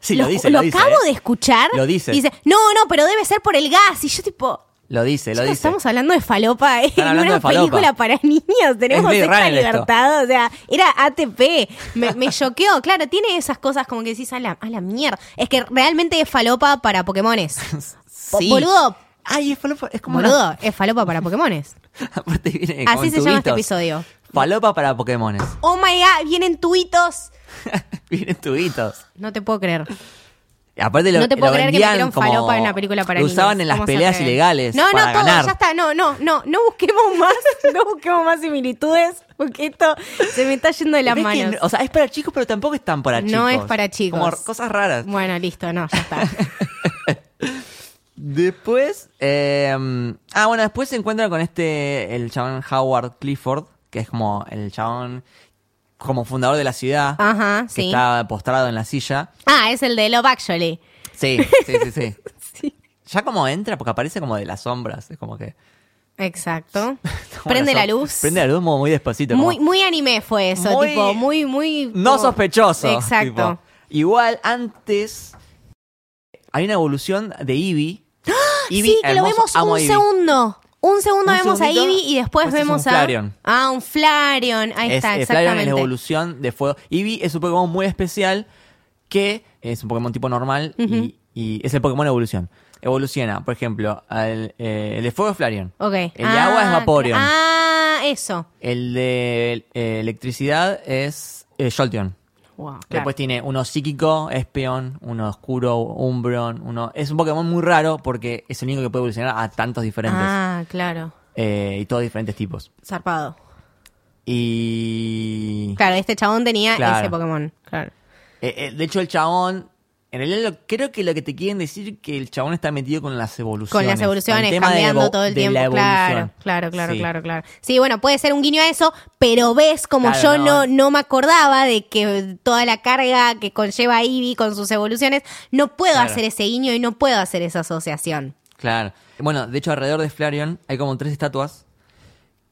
Sí, lo, dice. lo dice, acabo eh. de escuchar. Lo dice. Dice, no, no, pero debe ser por el gas. Y yo tipo... Lo dice, lo chicos, dice. Estamos hablando de falopa en hablando una de falopa. película para niños. Tenemos Blade esta Runner esto. libertad. O sea, era ATP. Me me choqueó. Claro, tiene esas cosas como que decís a la, a la mierda. Es que realmente es falopa para Pokémones. Sí. Boludo. Ay, es falopa. Es como una- Boludo, es falopa para Pokémones. Aparte viene Así Eh, con se llama este tubitos. episodio. Falopa para Pokémones. Oh my god, vienen tuitos. Vienen tubitos. No te puedo creer. Y Aparte lo, no te puedo lo creer que vendían metieron como- falopa en una película para Lo niños. usaban en las ¿Cómo se peleas atreven? ilegales No, para no, todo, ganar. ya está. No, no, no, no busquemos más. no busquemos más similitudes porque esto se me está yendo de las Pero es que manos. no- o sea, es para chicos, pero tampoco es tan para chicos. No es para chicos. Como r- cosas raras. Bueno, listo, no, ya está. Después, eh, ah, bueno, después se encuentran con este, el chabón Howard Clifford, que es como el chabón, como fundador de la ciudad, Ajá, que sí. está postrado en la silla. Ah, es el de Love Actually. Sí, sí, sí, sí. Ya como entra, porque aparece como de las sombras, es como que... Exacto. como Prende som- la luz. Prende la luz como muy despacito. como- muy, muy anime fue eso, Muy- tipo, muy, muy. No como- sospechoso. Exacto. tipo. Igual antes hay una evolución de Eevee. ¡Ah! sí, que lo vemos un segundo. Un segundo Un vemos a segundito, Eevee y después después es vemos un a. Flareon. Ah, un Flareon. Ahí es, está, eh, Flareon exactamente. es la evolución de fuego. Eevee es un Pokémon muy especial que es un Pokémon tipo normal y- Ujú. y, es el Pokémon evolución. Evoluciona, por ejemplo, al, eh, el de fuego es Flareon. Ok. El de agua es Ah, Vaporeon. Ah, eso. El de eh, electricidad es eh, Jolteon. Wow, Después tiene uno psíquico, Espeon, uno oscuro, Umbron, uno... Es un Pokémon muy raro porque es el único que puede evolucionar a tantos diferentes. Ah, claro. eh, y todos diferentes tipos. Zarpado. Y... Claro, este chabón tenía Claro. ese Pokémon. Claro. Eh, eh, de hecho, el chabón. En realidad, lo- creo que lo que te quieren decir que el chabón está metido con las evoluciones. Con las el evoluciones, tema de cambiando evo- todo el de la tiempo. Claro, evolución. claro, claro, Sí. claro, claro. Sí, bueno, puede ser un guiño a eso, pero ves como Claro, yo no. no. no me acordaba de que toda la carga que conlleva Eevee con sus evoluciones, no puedo Claro. hacer ese guiño y no puedo hacer esa asociación. Claro. Bueno, de hecho, alrededor de Flareon hay como tres estatuas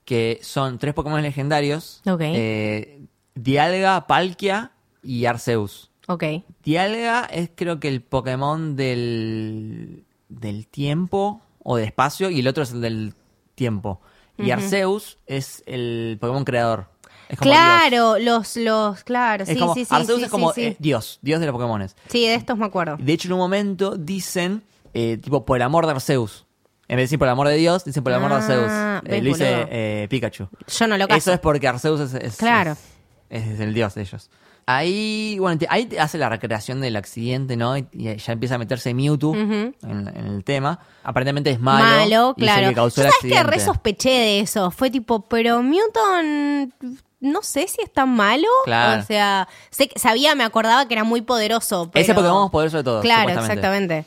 que son tres Pokémon legendarios: Ok. eh, Dialga, Palkia y Arceus. Ok. Dialga es, creo que, el Pokémon del, del tiempo o del espacio y el otro es el del tiempo. Y Arceus es el Pokémon creador. Es como Dios. Claro, los, los, claro, Es sí, como- sí, sí. Arceus sí, es como sí, sí. eh, Dios, Dios de los Pokémones. Sí, de estos me acuerdo. De hecho, en un momento dicen, eh, tipo, por el amor de Arceus. En vez de decir por el amor de Dios, dicen por el amor de Ah, Arceus. Eh, ves, lo dice boludo. eh, Pikachu. Yo no lo caso. Eso es porque Arceus es, es- Claro. es, es el dios de ellos. Ahí, bueno, te- ahí te hace la recreación del accidente, ¿no? Y, y ya empieza a meterse Mewtwo en, en el tema. Aparentemente es malo. malo, y es el claro. que causó Yo el sabes que accidente. re sospeché de eso. Fue tipo, pero Newton no sé si es tan malo. Claro. O sea, sé que- sabía, me acordaba que era muy poderoso. Pero... Ese Pokémon es poderoso de todos, Claro, supuestamente. exactamente.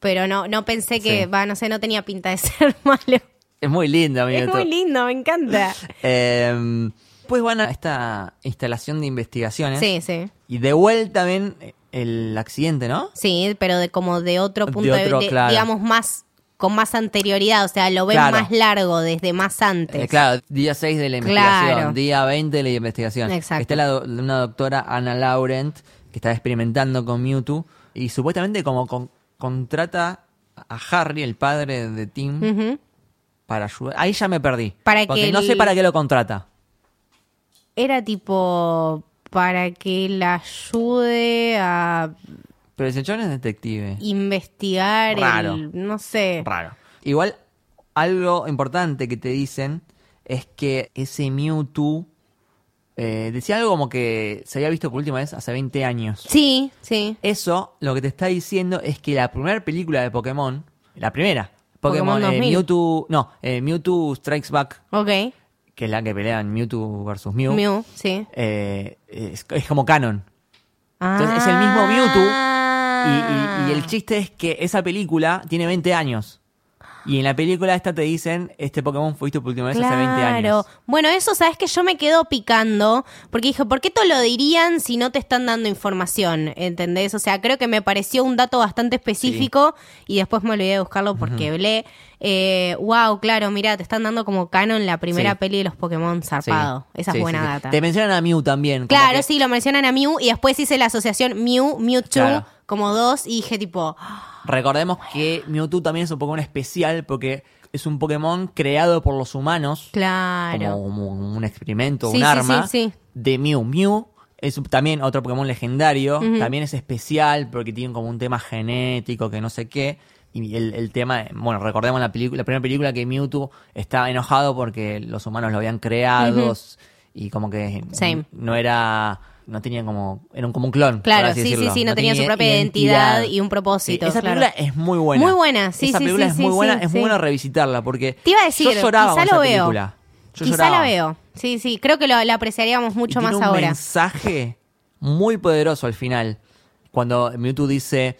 Pero no, no pensé que, Sí. va, no sé, no tenía pinta de ser malo. Es muy lindo, amigo. Es esto. muy lindo, me encanta. Eh, pues van a esta instalación de investigaciones. Sí, sí. Y de vuelta ven eh, el accidente, ¿no? Sí, pero de como de otro De punto de otro, de- claro. digamos, más, con más anterioridad. O sea, lo ven Claro. más largo, desde más antes. Eh, claro, día 6 de la investigación, Claro. día 20 de la investigación. Exacto. Está la do- una doctora, Ana Laurent, que está experimentando con Mewtwo y supuestamente como con- contrata a Harry, el padre de Tim, Ujú. para ayudar. Ahí ya me perdí. Para porque que no sé el- para qué lo contrata. era tipo para que la ayude a Pero el señor es detective. investigar Raro. el no sé Raro. Igual, algo importante que te dicen es que ese Mewtwo eh, decía algo como que se había visto por última vez hace 20 años. sí sí Eso lo que te está diciendo es que la primera película de Pokémon, la primera, Pokémon Pokémon, eh, 2000. Mewtwo, no, eh, Mewtwo Strikes Back, ok que es la que pelean Mewtwo versus Mew, Mew sí eh, es, es como canon. Ah. es el mismo Mewtwo Y, y- y el chiste es que esa película tiene 20 años. Y en la película esta te dicen, este Pokémon fue visto por última vez hace 20 años. Bueno, eso sabes que yo me quedo picando porque dije, ¿por qué te lo dirían si no te están dando información? ¿Entendés? O sea, creo que me pareció un dato bastante específico y después me olvidé de buscarlo porque hablé. wow, claro, mira, te están dando como canon la primera Sí. peli de los Pokémon Sí. zarpado. Esa Sí, es sí, buena sí. data. Te mencionan a Mew también. como Claro, que- sí, lo mencionan a Mew y después hice la asociación Mew, Mewtwo, Claro. como dos y dije tipo, "Ah, Recordemos que Mewtwo también es un Pokémon especial porque es un Pokémon creado por los humanos. claro. Como, como un experimento, Sí, un sí, arma. sí, sí. De Mew. Mew es un- también otro Pokémon legendario. También es especial porque tiene como un tema genético que no sé qué. Y el, el tema, bueno, recordemos la, película, la primera película que Mewtwo está enojado porque los humanos lo habían creado y como que Same. no era, no tenía como, era como un clon. Claro, por así sí, sí, decirlo. sí, no tenía su propia identidad y un propósito, esa claro. película es muy buena. Muy buena, sí, Esa sí, película sí, es sí, muy buena, sí, es sí. muy buena revisitarla porque Te iba a decir, yo lloraba quizá con esa lo veo. película. Yo Quizá lloraba. la veo. Sí, sí, creo que lo, la apreciaríamos mucho Y más tiene un ahora. mensaje muy poderoso al final. Cuando Mewtwo dice,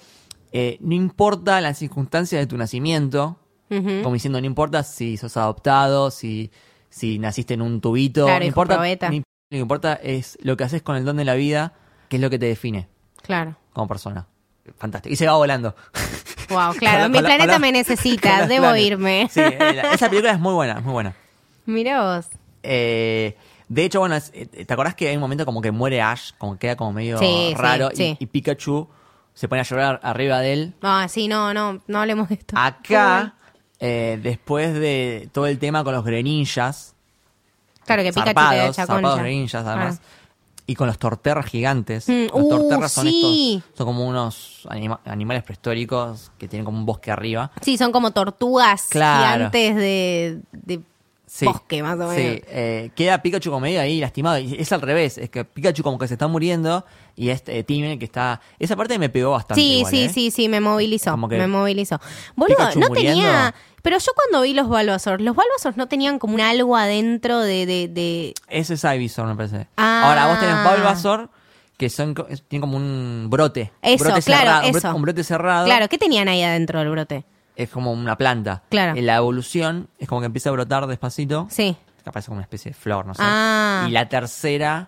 eh, no importa las circunstancias de tu nacimiento, como diciendo, no importa si sos adoptado, si, si naciste en un tubito, Claro, no hijo importa, probeta. ni- lo que importa es lo que haces con el don de la vida, que es lo que te define Claro. como persona. Fantástico. Y se va volando. Wow, Con claro. la- Mi con la- planeta con la- me con necesita, los debo planes. irme. Sí, eh, la- esa película es muy buena, es muy buena. Mira vos. Eh, de hecho, bueno, es- eh, ¿te acordás que hay un momento como que muere Ash, como que queda como medio Sí, sí, raro? y- sí. Y, Pikachu se pone a llorar arriba de él. No, Ah, sí, no, no, no hablemos de esto. Acá, eh, después de todo el tema con los greninjas, Claro que Pikachu te da zarpados, chacón zarpados ya. greninjas además, Ah. y con los torterras gigantes. Mm, los uh, torterras son sí. estos, son como unos anima- animales prehistóricos que tienen como un bosque arriba. Sí, son como tortugas Claro. gigantes de, de Sí. bosque, más o menos. Sí, eh, queda Pikachu como medio ahí lastimado. Y es al revés, es que Pikachu como que se está muriendo y es eh, Timmy el que está... Esa parte me pegó bastante. Sí, igual, sí, ¿eh? sí, sí, me movilizó, Como que me movilizó. Boludo, Pikachu no muriendo. tenía... Pero yo cuando vi los Bulbasaur, los Bulbasaur no tenían como un algo adentro de... de, de- Ese es Ivysaur, me parece. Ah. Ahora, vos tenés Bulbasaur, que son, co- es- tienen como un brote. Un Eso, brote claro, cerrado, un brote- eso. Un brote cerrado Claro, ¿qué tenían ahí adentro del brote? es como una planta. Claro. En la evolución es como que empieza a brotar despacito. Sí. Capaz como una especie de flor, no sé. Ah. Y la tercera,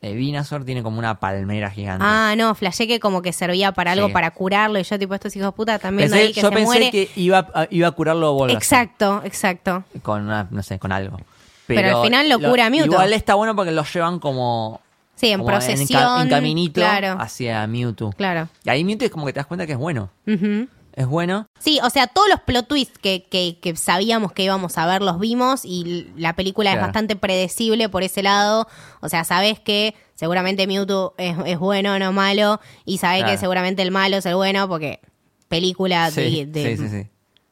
eh, Venusaur, tiene como una palmera gigante. Ah, no, flashé que como que servía para algo, Sí. para curarlo. Y yo tipo, estos hijos de puta también Pensé- ahí que yo se pensé muere. que iba, a- iba a curarlo Bulbasaur. Exacto, exacto. Con una- no sé, con algo. Pero al final lo cura Mewtwo. Igual está bueno porque los llevan como... Sí, en como ca- En, procesión, caminito claro. hacia Mewtwo. Claro. Y ahí Mewtwo es como que te das cuenta que es bueno. Ujú. Es bueno. Sí, o sea, todos los plot twists que, que- que sabíamos que íbamos a ver los vimos y l- la película es Claro. bastante predecible por ese lado. O sea, sabes que seguramente Mewtwo es, es bueno, no malo, y sabes Claro. que seguramente el malo es el bueno porque película Ah, de... Sí, de- sí, sí, sí.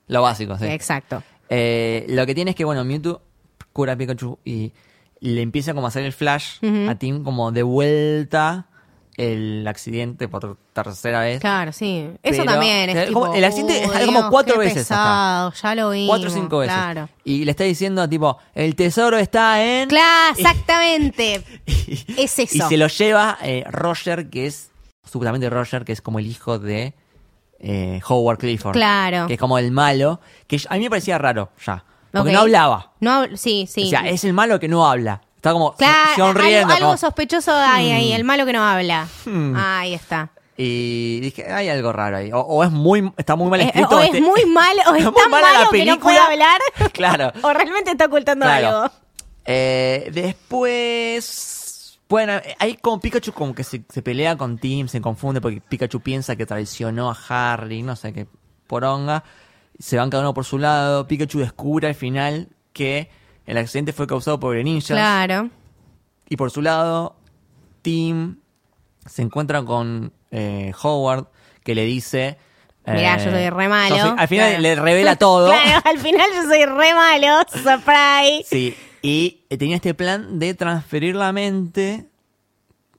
Lo básico, sí. Exacto. Eh, lo que tiene es que, bueno, Mewtwo cura a Pikachu y le empieza como a hacer el flash a Tim como de vuelta el accidente por tercera vez. Claro, sí. Eso ¿eh? Pero- también es es como- tipo, el accidente "Uy, es como cuatro qué veces acá. pesado, Ya lo vimos. Cuatro o cinco veces. Claro. Y le está diciendo, tipo, el tesoro está en... Claro, exactamente. es eso. Y se lo lleva eh, Roger, que es, supuestamente Roger, que es como el hijo de eh, Howard Clifford. Claro. Que es como el malo, que a mí me parecía raro ya. Porque Ok. no hablaba. No, hab- sí, sí. O sea, es el malo que no habla. Está como Claro, sonriendo. algo, algo como- hmm. sospechoso hay ahí, el malo que no habla. Ahí está. Y dije, hay algo raro ahí. O, o es muy, está muy mal Es- escrito. Eh, o es este- muy mal, o es muy tan mala malo que no puede hablar. claro. O realmente está ocultando claro. algo. Eh, después. Bueno, ahí con Pikachu como que se, se pelea con Tim, se confunde porque Pikachu piensa que traicionó a Harry, no sé qué poronga. Se van cada uno por su lado. Pikachu descubre al final que el accidente fue causado por ninjas. Claro. Y por su lado, Tim se encuentra con eh, Howard, que le dice... Mirá, eh, yo soy re yo malo. soy- al final Claro. le revela todo. Claro, al final yo soy re malo. Surprise. Sí, y tenía este plan de transferir la mente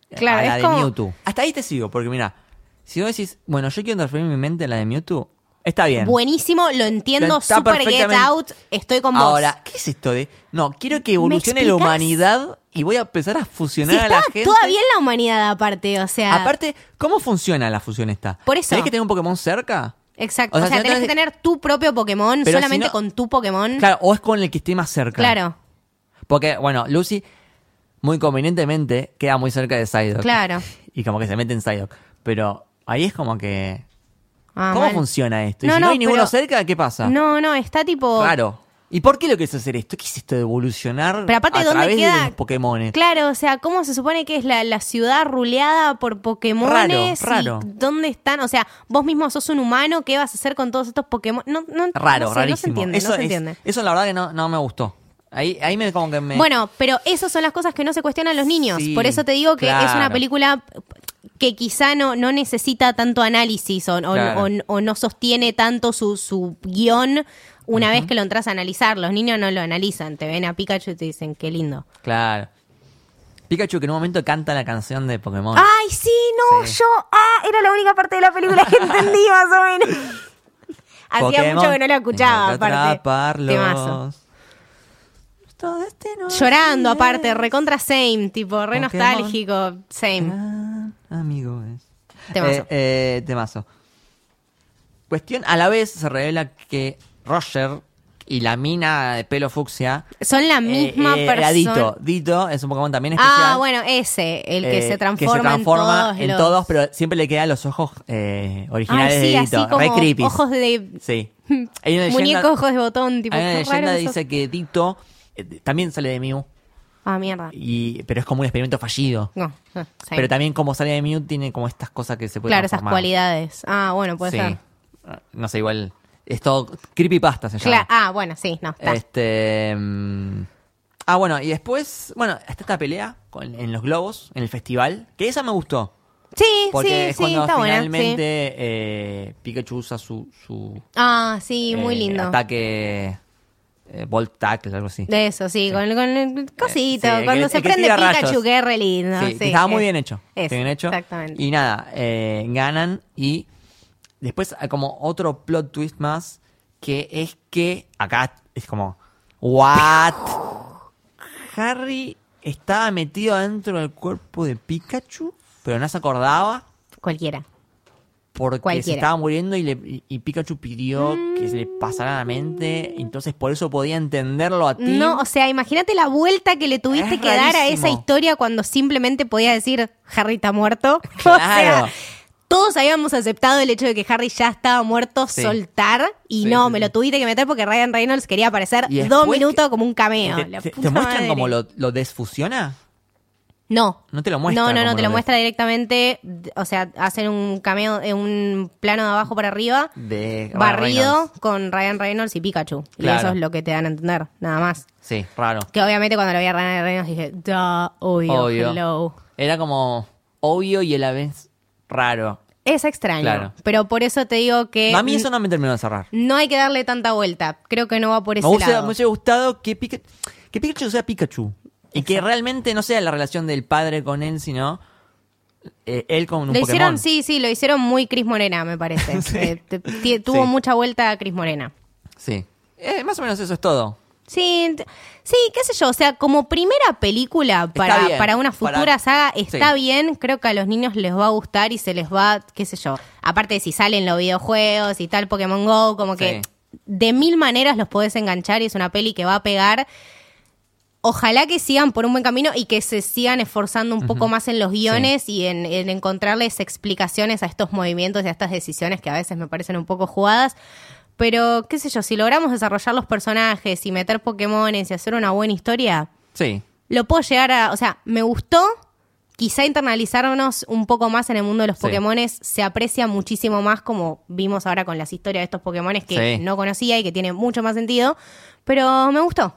Claro, a la es de como- Mewtwo. Hasta ahí te sigo, porque mira, si vos decís, bueno, yo quiero transferir mi mente a la de Mewtwo, está bien. Buenísimo, lo entiendo. Está Super get perfectamente- out. Estoy con vos. Ahora, ¿qué es esto de.? No, quiero que evolucione la explicas? humanidad y voy a empezar a si fusionar a está la gente. todavía en la humanidad, aparte, o sea. Aparte, ¿cómo funciona la fusión esta? Por eso. Eh, ¿Tenés que tener un Pokémon cerca? exacto. O sea, si no tenés que tener tu propio Pokémon, Pero si solamente no- con tu Pokémon. Claro, o es con el que esté más cerca. Claro, Porque, bueno, Lucy, muy convenientemente, queda muy cerca de Psyduck. Claro. Y como que se mete en Psyduck. Pero ahí es como que. Ah, ¿Cómo mal. funciona esto? Y No, si no, no, hay ninguno pero- cerca, ¿qué pasa? No, no, está tipo. Claro. ¿Y por qué lo quieres hacer esto? ¿Qué es esto de evolucionar Pero aparte, a ¿dónde través de queda? los Pokémones? Claro, o sea, ¿cómo se supone que es la, la ciudad ruleada por Pokémones? Raro, raro. ¿Y ¿Dónde están? O sea, vos mismo sos un humano, ¿qué vas a hacer con todos estos Pokémon? No, no, no Raro, sé, rarísimo. No se entiende, eso, no se es- entiende. eso la verdad que no, no me gustó. Ahí, ahí me como que me. Bueno, pero esas son las cosas que no se cuestionan los niños. Sí, Por eso te digo que es una claro. película que quizá no, no necesita tanto análisis o, o- Claro. o- o no sostiene tanto su, su guión una vez que lo entras a analizar. Los niños no lo analizan, te ven a Pikachu y te dicen, qué lindo. Claro. Pikachu que en un momento canta la canción de Pokémon. Ay, sí, no, Sí. yo. Ah, era la única parte de la película que entendí, más o menos. Hacía Pokémon, mucho que no la escuchaba, tengo que aparte. atraparlos. Temazo. Todo este destino Llorando, es- aparte, recontra same, tipo, Pokémon. re nostálgico, same. Gran Amigo es. Temazo. Eh, eh, temazo. Cuestión, a la vez se revela que Roger y la mina de pelo fucsia. Son la eh, misma eh, era persona. Dito. Dito es un Pokémon también especial. Ah, bueno, ese, el que eh, se transforma, en todos. los- pero siempre le quedan los ojos eh, Ay, originales sí, de así Dito. como re creepy. ojos de. Sí. Hay una leyenda- Muñeco, ojos de botón, tipo. Hay una qué raro leyenda que sos. dice que Dito eh, también sale de Mew. Ah, mierda. Y, pero es como un experimento fallido. No, no, sí. Pero también como sale de Mew tiene como estas cosas que se pueden Ah, Claro, esas cualidades. Ah, bueno, puede ser. No sé, igual. Es todo creepypasta se llama. Cla- ah, bueno, sí, no, está. Este. mm, Ah, bueno, y después, bueno, está esta pelea con- en los globos, en el festival, que esa me gustó. sí, Porque sí, es sí, cuando está buena. finalmente sí. eh, Pikachu usa su, su Ah, sí, muy eh, lindo. ataque eh, Volt Tackle, algo así. De eso, sí, con, con el cosito, Eh, sí, cuando el- se el que prende tira Pikachu, rayos. que es re lindo. Sí, sí, que estaba muy es- bien hecho. es, Está bien hecho. Exactamente. Y nada, eh, ganan y después hay como otro plot twist más que es que acá es como what Harry estaba metido dentro del cuerpo de Pikachu, pero no se acordaba Cualquiera. porque se Cualquiera. Mm. estaba muriendo y, le- y- y Pikachu pidió que se le pasara la mente, entonces por eso podía entenderlo a ti. No, o sea, imagínate la vuelta que le tuviste Es que dar a rarísimo. esa historia cuando simplemente podías decir Harry está muerto. O Claro. sea, todos habíamos aceptado el hecho de que Harry ya estaba muerto, Sí. soltar, y Sí, no, sí, me sí. lo tuviste que meter porque Ryan Reynolds quería aparecer Y dos después minutos como un cameo. ¿Te, La te- te puta muestran madre. cómo lo, lo desfusiona? No. No te lo muestra No, no, cómo no, te lo lo ves. muestra directamente. d- O sea, hacen un cameo, eh, un plano de abajo para arriba, De Ryan barrido Reynolds. con Ryan Reynolds y Pikachu. Claro. Y eso es lo que te dan a entender, nada más. Sí, raro. Que obviamente cuando lo vi a Ryan Reynolds dije, da, obvio, Obvio. hello. Era como obvio y a la vez raro. Es extraño. Claro. Pero por eso te digo que. a mí Eh, n- eso no me terminó de cerrar. no hay que darle tanta vuelta. Creo que no va por Me ese hubiese, lado. me hubiese gustado que, Pika- que Pikachu sea Pikachu. Y que realmente no sea la relación del padre con él, sino eh, él con un Lo Pokémon. hicieron, sí, sí, lo hicieron muy Cris Morena, me parece. Sí. Eh, te- ti- tuvo Sí. mucha vuelta a Cris Morena. Sí. Eh, más o menos eso es todo. Sí, t- sí, qué sé yo, o sea, como primera película para, bien, para una para- futura saga está sí. bien, creo que a los niños les va a gustar y se les va, qué sé yo, aparte de si salen los videojuegos y tal Pokémon Go, como que de mil maneras los podés enganchar y es una peli que va a pegar. Ojalá que sigan por un buen camino y que se sigan esforzando un poco más en los guiones y en, en encontrarles explicaciones a estos movimientos y a estas decisiones que a veces me parecen un poco jugadas. Pero, qué sé yo, si logramos desarrollar los personajes y meter Pokémones y hacer una buena historia, Sí. lo puedo llegar a. O sea, me gustó. Quizá internalizarnos un poco más en el mundo de los Sí. Pokémones se aprecia muchísimo más, como vimos ahora con las historias de estos Pokémones que Sí. no conocía y que tiene mucho más sentido. Pero me gustó.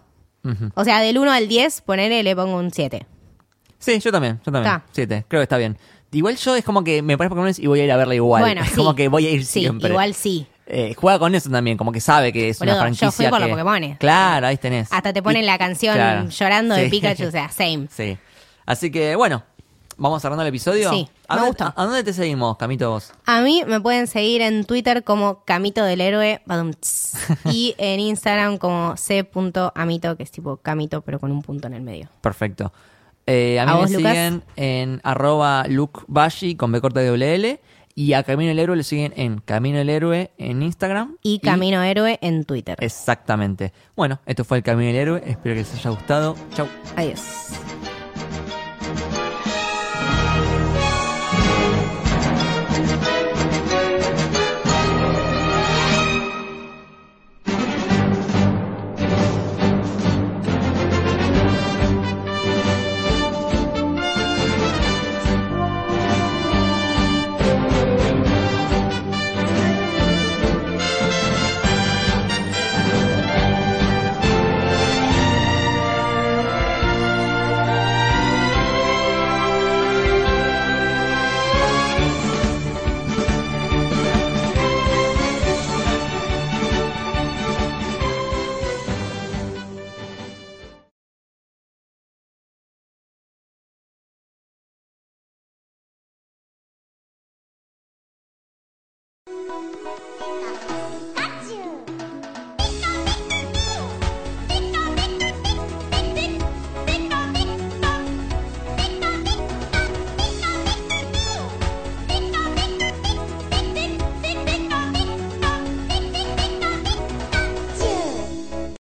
O sea, del 1 al 10, ponerle le pongo un 7. Sí, yo también, yo también. Está. Siete, creo que está bien. Igual yo es como que me parece Pokémon y voy a ir a verla igual. Bueno, es sí. como que voy a ir Sí, siempre. igual sí. Eh, juega con eso también, como que sabe que es una Boludo, yo franquicia. fui por los que- Pokémones. Claro, ahí tenés. Hasta te ponen Y- la canción claro. llorando de Sí. Pikachu, o sea, same. Sí. Así que, bueno, vamos cerrando el episodio. Sí, ¿A me dónde, gustó. a- a dónde te seguimos, Camito, vos? A mí me pueden seguir en Twitter como Camito del Héroe badum, tss, y en Instagram como c.amito, que es tipo Camito, pero con un punto en el medio. Perfecto. Eh, a mí ¿A me vos, Lucas? siguen en arroba lukebashi con B corta y doble L. Y a Camino el Héroe le siguen en Camino el Héroe en Instagram. Y Camino Héroe en Twitter. Exactamente. Bueno, esto fue el Camino del Héroe. Espero que les haya gustado. Chau. Adiós.